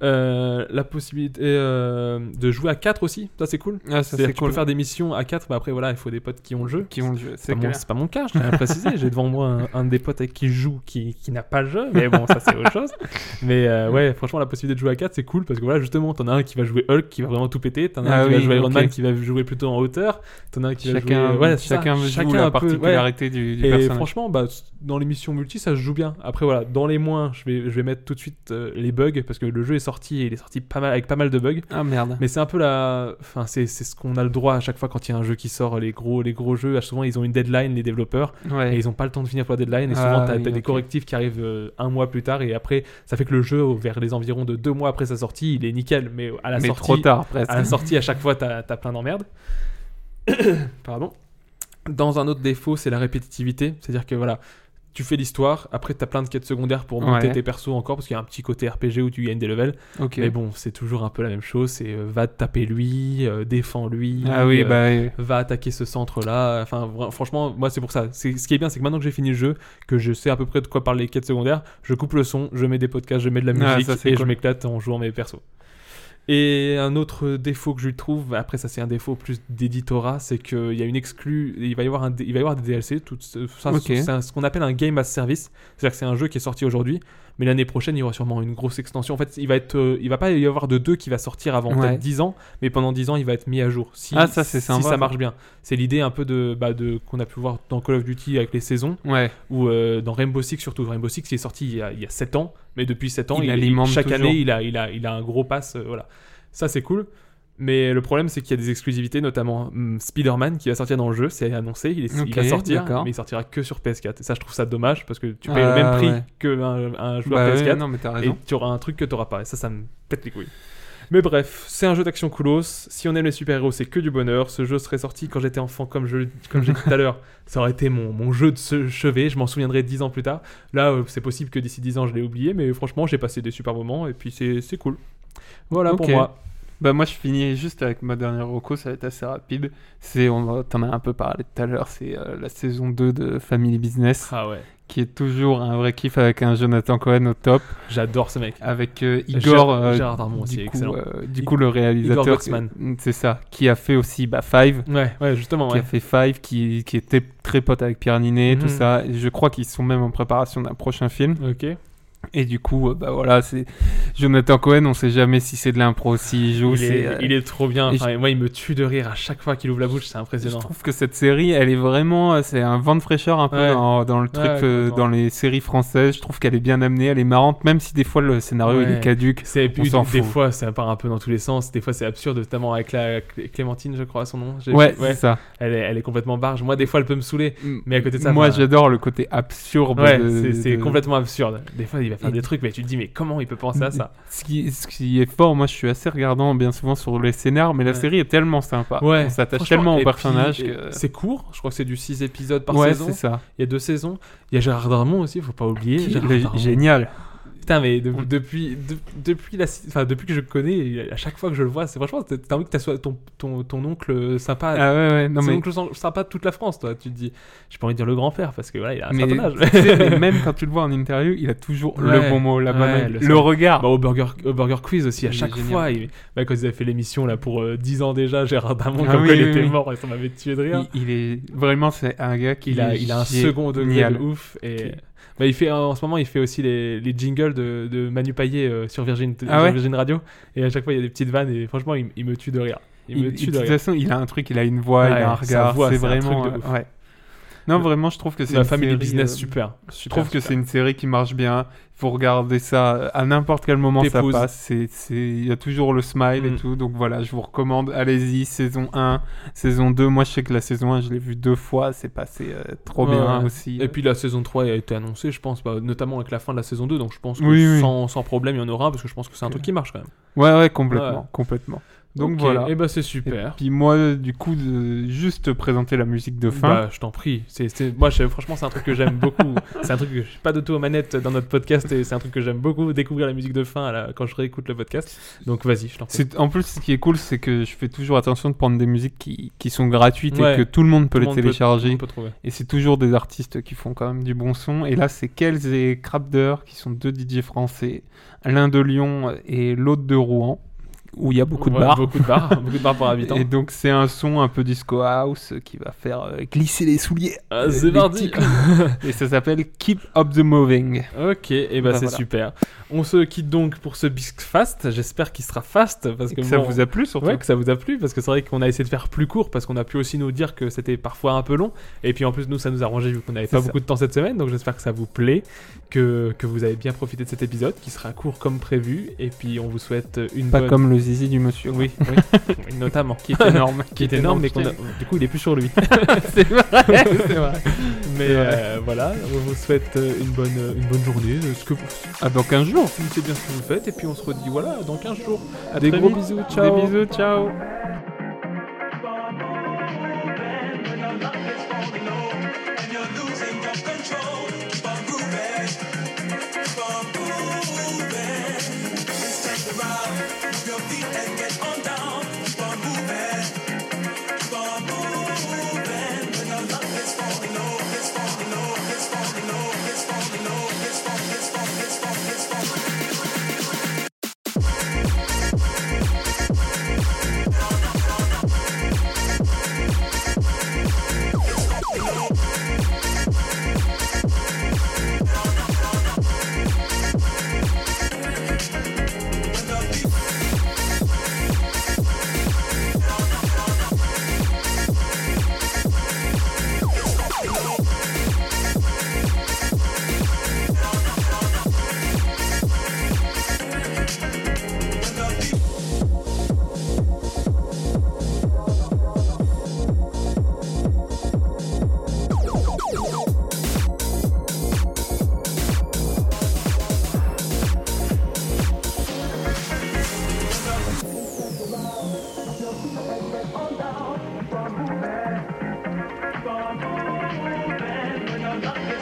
Speaker 4: Euh, la possibilité euh, de jouer à 4 aussi, ça c'est cool.
Speaker 5: Ah, ça
Speaker 4: C'est-à-dire
Speaker 5: c'est
Speaker 4: que tu
Speaker 5: cool.
Speaker 4: peux faire des missions à 4, mais après voilà, il faut des potes qui ont le jeu.
Speaker 5: Qui ont le jeu.
Speaker 4: C'est pas,
Speaker 5: C'est
Speaker 4: mon,
Speaker 5: clair.
Speaker 4: c'est pas mon cas, je tiens à préciser. J'ai devant moi un, un des potes avec qui je joue qui, qui n'a pas le jeu, mais bon, ça c'est autre chose. Mais euh, ouais, franchement, la possibilité de jouer à 4, c'est cool parce que voilà, justement, t'en as un qui va jouer Hulk qui va vraiment tout péter, t'en as un
Speaker 5: Ah
Speaker 4: qui va
Speaker 5: oui,
Speaker 4: jouer Iron
Speaker 5: ok.
Speaker 4: Man qui va jouer plutôt en hauteur, t'en as un qui va
Speaker 5: Chacun,
Speaker 4: jouer. ouais, c'est euh, ça.
Speaker 5: chacun joue
Speaker 4: un
Speaker 5: la
Speaker 4: peu, ouais.
Speaker 5: particularité du, du
Speaker 4: Et
Speaker 5: personnage.
Speaker 4: franchement, bah, dans les missions multi, ça se joue bien. Après, voilà, dans les moins, je vais, je vais mettre tout de suite euh, les bugs parce que le jeu est sorti et il est sorti pas mal, avec pas mal de bugs.
Speaker 5: Ah merde.
Speaker 4: Mais c'est un peu la. Enfin, c'est c'est ce qu'on a le droit à chaque fois quand il y a un jeu qui sort, les gros, les gros jeux. Ah, Souvent, ils ont une deadline, les développeurs, et
Speaker 5: Ouais.
Speaker 4: ils n'ont pas le temps de finir pour la deadline. Et
Speaker 5: Ah,
Speaker 4: souvent, t'as
Speaker 5: oui,
Speaker 4: t'as des
Speaker 5: ok.
Speaker 4: correctifs qui arrivent euh, un mois plus tard, et après, ça fait que le jeu, au- vers les environs de deux mois après sa sortie, il est nickel. Mais à la
Speaker 5: Mais
Speaker 4: sortie,
Speaker 5: trop tard presque.
Speaker 4: à la sortie, à chaque fois, t'as as plein d'emmerdes. Pardon. Dans un autre défaut, c'est la répétitivité. C'est-à-dire que voilà, tu fais l'histoire, après, t'as plein de quêtes secondaires pour monter
Speaker 5: Ouais.
Speaker 4: tes persos encore, parce qu'il y a un petit côté RPG où tu gagnes des levels.
Speaker 5: Ok.
Speaker 4: Mais bon, c'est toujours un peu la même chose, c'est euh, va taper lui, euh, défends lui,
Speaker 5: Ah oui,
Speaker 4: euh,
Speaker 5: bah. ouais.
Speaker 4: va attaquer ce centre-là. Enfin, vra- franchement, moi c'est pour ça. C'est- Ce qui est bien, c'est que maintenant que j'ai fini le jeu, que je sais à peu près de quoi parler les quêtes secondaires, je coupe le son, je mets des podcasts, je mets de la
Speaker 5: Ah,
Speaker 4: musique
Speaker 5: ça, c'est
Speaker 4: et je
Speaker 5: cool.
Speaker 4: m'éclate en jouant mes persos. Et un autre défaut que je lui trouve, après ça c'est un défaut plus d'éditorat, c'est qu'il y a une exclue, il va y avoir, un, dé- il va y avoir des DLC, tout ce- ça,
Speaker 5: Ok.
Speaker 4: c'est un- ce qu'on appelle un game as service, c'est-à-dire que c'est un jeu qui est sorti aujourd'hui, mais l'année prochaine il y aura sûrement une grosse extension. En fait, il va être, euh, il va pas y avoir de deux qui va sortir avant
Speaker 5: Ouais.
Speaker 4: peut-être 10 ans, mais pendant 10 ans il va être mis à jour. Si,
Speaker 5: Ah, ça, c'est
Speaker 4: si
Speaker 5: sympa,
Speaker 4: ça
Speaker 5: ça.
Speaker 4: marche bien. C'est l'idée un peu de, bah, de qu'on a pu voir dans Call of Duty avec les saisons,
Speaker 5: Ouais.
Speaker 4: ou euh, dans Rainbow Six surtout. Rainbow Six il est sorti il y a, il y a 7 ans, mais depuis 7 ans,
Speaker 5: Il alimente
Speaker 4: chaque
Speaker 5: toujours.
Speaker 4: année il a, il, a, il a un gros pass. euh, voilà. Ça c'est cool. Mais le problème, c'est qu'il y a des exclusivités, notamment hum, Spider-Man qui va sortir dans le jeu, c'est annoncé, il, est- il
Speaker 5: Ok,
Speaker 4: va sortir,
Speaker 5: d'accord.
Speaker 4: mais il sortira que sur PS4. Et ça, je trouve ça dommage parce que tu payes le
Speaker 5: Ah,
Speaker 4: même prix
Speaker 5: ouais.
Speaker 4: qu'un un joueur
Speaker 5: Bah ouais,
Speaker 4: PS4
Speaker 5: non, mais t'as
Speaker 4: et
Speaker 5: raison.
Speaker 4: tu auras un truc que tu pas. Et ça, ça me pète les couilles. Mais bref, c'est un jeu d'action coolos. Si on aime les super-héros, c'est que du bonheur. Ce jeu serait sorti quand j'étais enfant, comme je comme j'ai dit tout à l'heure. Ça aurait été mon, mon jeu de ce chevet. Je m'en souviendrai dix ans plus tard. Là, euh, c'est possible que d'ici dix ans, je l'ai oublié. Mais franchement, j'ai passé des super moments. Et puis, c'est c'est cool. Voilà pour
Speaker 5: Ok.
Speaker 4: moi.
Speaker 5: Bah moi je finis juste avec ma dernière reco, ça va être assez rapide. C'est on va- t'en as un peu parlé tout à l'heure, c'est euh, la saison 2 de Family Business
Speaker 4: Ah ouais,
Speaker 5: qui est toujours un vrai kiff avec un Jonathan Cohen au top
Speaker 4: j'adore ce mec.
Speaker 5: avec euh, Igor
Speaker 4: Gérard-
Speaker 5: euh,
Speaker 4: Gérard Darmon aussi,
Speaker 5: du, coup,
Speaker 4: excellent.
Speaker 5: euh, du coup le réalisateur
Speaker 4: Goxman.
Speaker 5: que- c'est ça qui a fait aussi bah, Five
Speaker 4: Ouais, ouais, justement.
Speaker 5: qui
Speaker 4: Ouais.
Speaker 5: a fait Five qui, qui était très pote avec Pierre Ninet tout
Speaker 4: Mhm.
Speaker 5: ça Et je crois qu'ils sont même en préparation d'un prochain film
Speaker 4: Ok.
Speaker 5: Et du coup, euh, bah voilà, c'est Jonathan Cohen, on sait jamais si c'est de l'impro, s'il joue.
Speaker 4: Il
Speaker 5: c'est,
Speaker 4: est,
Speaker 5: euh,
Speaker 4: il est trop bien.
Speaker 5: et
Speaker 4: Enfin, Moi, il me tue de rire à chaque fois qu'il ouvre la bouche. C'est
Speaker 5: Je
Speaker 4: impressionnant.
Speaker 5: trouve que cette série, elle est vraiment, euh, c'est un vent de fraîcheur un peu
Speaker 4: Ouais.
Speaker 5: dans, dans le truc, euh,
Speaker 4: complètement.
Speaker 5: dans les séries françaises. Je trouve qu'elle est bien amenée, elle est marrante, même si des fois le scénario il
Speaker 4: Ouais.
Speaker 5: est caduque.
Speaker 4: C'est
Speaker 5: On
Speaker 4: puis,
Speaker 5: s'en
Speaker 4: des
Speaker 5: fout.
Speaker 4: fois, ça part un peu dans tous les sens. Des fois, c'est absurde, notamment avec la Clé- Clémentine, je crois, son nom. J'ai-
Speaker 5: Ouais, c'est ça.
Speaker 4: Elle est, elle est complètement barge. Moi, des fois, elle peut me saouler. Mais à côté de ça,
Speaker 5: moi
Speaker 4: enfin,
Speaker 5: j'adore le côté absurde.
Speaker 4: Ouais,
Speaker 5: de-
Speaker 4: c'est- c'est
Speaker 5: de-
Speaker 4: complètement absurde. Des fois, il va faire
Speaker 5: Et-
Speaker 4: des trucs, mais tu te dis, mais comment il peut penser à ça
Speaker 5: Ce qui, ce qui est fort, moi je suis assez regardant bien souvent sur les scénars, mais la
Speaker 4: Ouais.
Speaker 5: série est tellement sympa.
Speaker 4: Ouais,
Speaker 5: Ah, on s'attache
Speaker 4: franchement,
Speaker 5: tellement
Speaker 4: et
Speaker 5: au
Speaker 4: puis,
Speaker 5: personnage
Speaker 4: et-
Speaker 5: que.
Speaker 4: C'est court, je crois que c'est du 6 épisodes par
Speaker 5: ouais,
Speaker 4: saison.
Speaker 5: c'est ça.
Speaker 4: Il y a deux saisons. Il y a Gérard Darmon aussi, faut pas oublier.
Speaker 5: Qui-
Speaker 4: Gérard
Speaker 5: le-
Speaker 4: Darmon.
Speaker 5: génial.
Speaker 4: Putain, mais de- depuis, de- depuis, la, enfin, depuis que je le connais, à chaque fois que je le vois, c'est franchement, t'as t'as envie que t'as soit ton, ton, ton oncle sympa.
Speaker 5: Ah ouais, ouais, non
Speaker 4: c'est
Speaker 5: mais.
Speaker 4: oncle san- sympa de toute la France, toi. Tu te dis, j'ai pas envie de dire le grand-père parce que voilà, il a un
Speaker 5: Mais,
Speaker 4: certain âge.
Speaker 5: tu sais, mais même quand tu le vois en interview, il a toujours le
Speaker 4: Ouais.
Speaker 5: bon mot, la bonne
Speaker 4: Ouais,
Speaker 5: réplique,
Speaker 4: le-
Speaker 5: le, regard.
Speaker 4: Bah, au, burger, au Burger Quiz aussi, à
Speaker 5: Il est
Speaker 4: chaque
Speaker 5: génial.
Speaker 4: fois. il- bah, quand ils avaient fait l'émission là pour euh, 10 ans déjà, Gérard Darmon,
Speaker 5: Ah
Speaker 4: comme
Speaker 5: oui,
Speaker 4: quoi il
Speaker 5: oui,
Speaker 4: était
Speaker 5: oui.
Speaker 4: mort et ça m'avait tué de rire.
Speaker 5: Il, il est vraiment c'est un gars qui
Speaker 4: il a, il a un
Speaker 5: est
Speaker 4: second degré
Speaker 5: génial.
Speaker 4: de ouf. Et
Speaker 5: Qui-
Speaker 4: bah, il fait, en ce moment, il fait aussi les, les jingles de, de Manu Payet euh, sur, Virgin,
Speaker 5: Ah
Speaker 4: sur
Speaker 5: ouais
Speaker 4: Virgin Radio. Et à chaque fois, il y a des petites vannes. Et franchement, il, il me tue de rire. Il,
Speaker 5: Il-
Speaker 4: me
Speaker 5: il-
Speaker 4: tue
Speaker 5: de
Speaker 4: de
Speaker 5: toute
Speaker 4: rire.
Speaker 5: façon, il a un truc, il a une voix,
Speaker 4: Ouais,
Speaker 5: il a un
Speaker 4: sa
Speaker 5: regard,
Speaker 4: voix,
Speaker 5: c'est
Speaker 4: c'est un
Speaker 5: vraiment
Speaker 4: truc de
Speaker 5: euh,
Speaker 4: ouf.
Speaker 5: ouais. Non,
Speaker 4: Le-
Speaker 5: vraiment, je trouve que c'est
Speaker 4: La
Speaker 5: une
Speaker 4: famille
Speaker 5: série,
Speaker 4: business,
Speaker 5: euh,
Speaker 4: super.
Speaker 5: Je trouve que c'est une série qui marche bien. Il faut regarder ça euh, à n'importe quel moment,
Speaker 4: Des
Speaker 5: ça
Speaker 4: pauses.
Speaker 5: passe. C'est- c'est- Il y a toujours le smile
Speaker 4: Mm.
Speaker 5: et tout. Donc voilà, je vous recommande. Allez-y, saison 1, saison 2. Moi, je sais que la saison 1, je l'ai vue deux fois. C'est passé euh, trop
Speaker 4: Ouais,
Speaker 5: bien
Speaker 4: ouais.
Speaker 5: aussi.
Speaker 4: Et puis la saison 3 a été annoncée, je pense, bah, notamment avec la fin de la saison 2. Donc je pense que
Speaker 5: Oui, oui.
Speaker 4: Sans, sans problème, il y en aura un, parce que je pense que c'est un truc qui marche quand même.
Speaker 5: Ouais, ouais, complètement.
Speaker 4: Ouais.
Speaker 5: complètement. Donc
Speaker 4: Ok,
Speaker 5: voilà.
Speaker 4: Et bah c'est
Speaker 5: Et
Speaker 4: super.
Speaker 5: puis moi, euh, du coup, de juste te présenter la musique de fin.
Speaker 4: Bah, je t'en prie. C'est, c'est- Moi, je- franchement, c'est un truc que j'aime beaucoup. c'est un truc que je suis pas du tout aux manettes dans notre podcast et c'est un truc que j'aime beaucoup, découvrir la musique de fin à la- quand je réécoute le podcast. Donc, vas-y, je t'en prie.
Speaker 5: C'est- En plus, ce qui est cool, c'est que je fais toujours attention de prendre des musiques qui, qui sont gratuites
Speaker 4: Ouais.
Speaker 5: et que tout le monde peut
Speaker 4: Tout le
Speaker 5: les
Speaker 4: monde
Speaker 5: télécharger.
Speaker 4: tout le monde peut trouver.
Speaker 5: Et c'est toujours des artistes qui font quand même du bon son. Et là, c'est Kells et Crabder qui sont deux DJ français, l'un de Lyon et l'autre de Rouen, où il y a beaucoup de
Speaker 4: Ouais,
Speaker 5: bars.
Speaker 4: Beaucoup de bars, beaucoup de bars par habitant.
Speaker 5: Et donc, c'est un son un peu disco house qui va faire euh, glisser les souliers.
Speaker 4: Ah,
Speaker 5: euh,
Speaker 4: c'est
Speaker 5: les
Speaker 4: mardi.
Speaker 5: petits clous. Et ça s'appelle Keep Up the Moving.
Speaker 4: Ok, et bah,
Speaker 5: Bah,
Speaker 4: c'est
Speaker 5: voilà.
Speaker 4: super. On se quitte donc pour ce bisque fast. J'espère qu'il sera fast parce
Speaker 5: Et
Speaker 4: que
Speaker 5: que ça
Speaker 4: bon,
Speaker 5: vous a plu surtout
Speaker 4: Ouais, que ça vous a plu, parce que c'est vrai qu'on a essayé de faire plus court, parce qu'on a pu aussi nous dire que c'était parfois un peu long. Et puis en plus, nous, ça nous a arrangé vu qu'on n'avait
Speaker 5: C'est
Speaker 4: pas
Speaker 5: ça.
Speaker 4: beaucoup de temps cette semaine, donc j'espère que ça vous plaît, que, que vous avez bien profité de cet épisode, qui sera court comme prévu. Et puis on vous souhaite une
Speaker 5: Pas
Speaker 4: bonne...
Speaker 5: comme le zizi du monsieur.
Speaker 4: Oui, oui, notamment, qui est énorme,
Speaker 5: énorme.
Speaker 4: qui est énorme, mais qu'on a- du coup, il est plus sur lui.
Speaker 5: C'est vrai, c'est vrai.
Speaker 4: Mais euh, voilà, on vous souhaite euh, une bonne, euh, une bonne journée, euh, ce que vous
Speaker 5: Ah, dans 15 jours.
Speaker 4: finissez bien ce que vous faites, et puis on se redit, voilà, dans 15 jours.
Speaker 5: À
Speaker 4: Des
Speaker 5: très
Speaker 4: gros
Speaker 5: vite.
Speaker 4: bisous, ciao
Speaker 5: Des bisous, ciao.
Speaker 8: and you're losing your control. Keep on grooving, keep on moving. Stand around, move your feet and get on down. Keep on moving, keep on moving. When your love is falling low, it's falling low, it's falling low, it's falling low, it's falling, it's falling, it's falling, it's falling.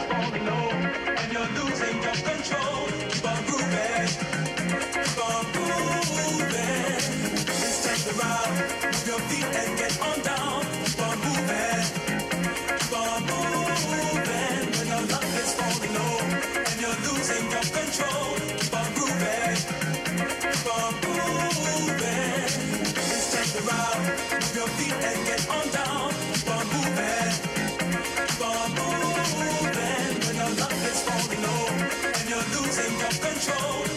Speaker 8: and you're losing your control. Keep on grooving, keep on moving. Stand around, move your feet and get on down. Keep on moving, keep on moving. When your love is falling low and you're losing your control, keep on grooving, keep on moving. Stand around, move your feet and get on down. Keep on moving. Keep on moving when your love is falling low and you're losing your self-control.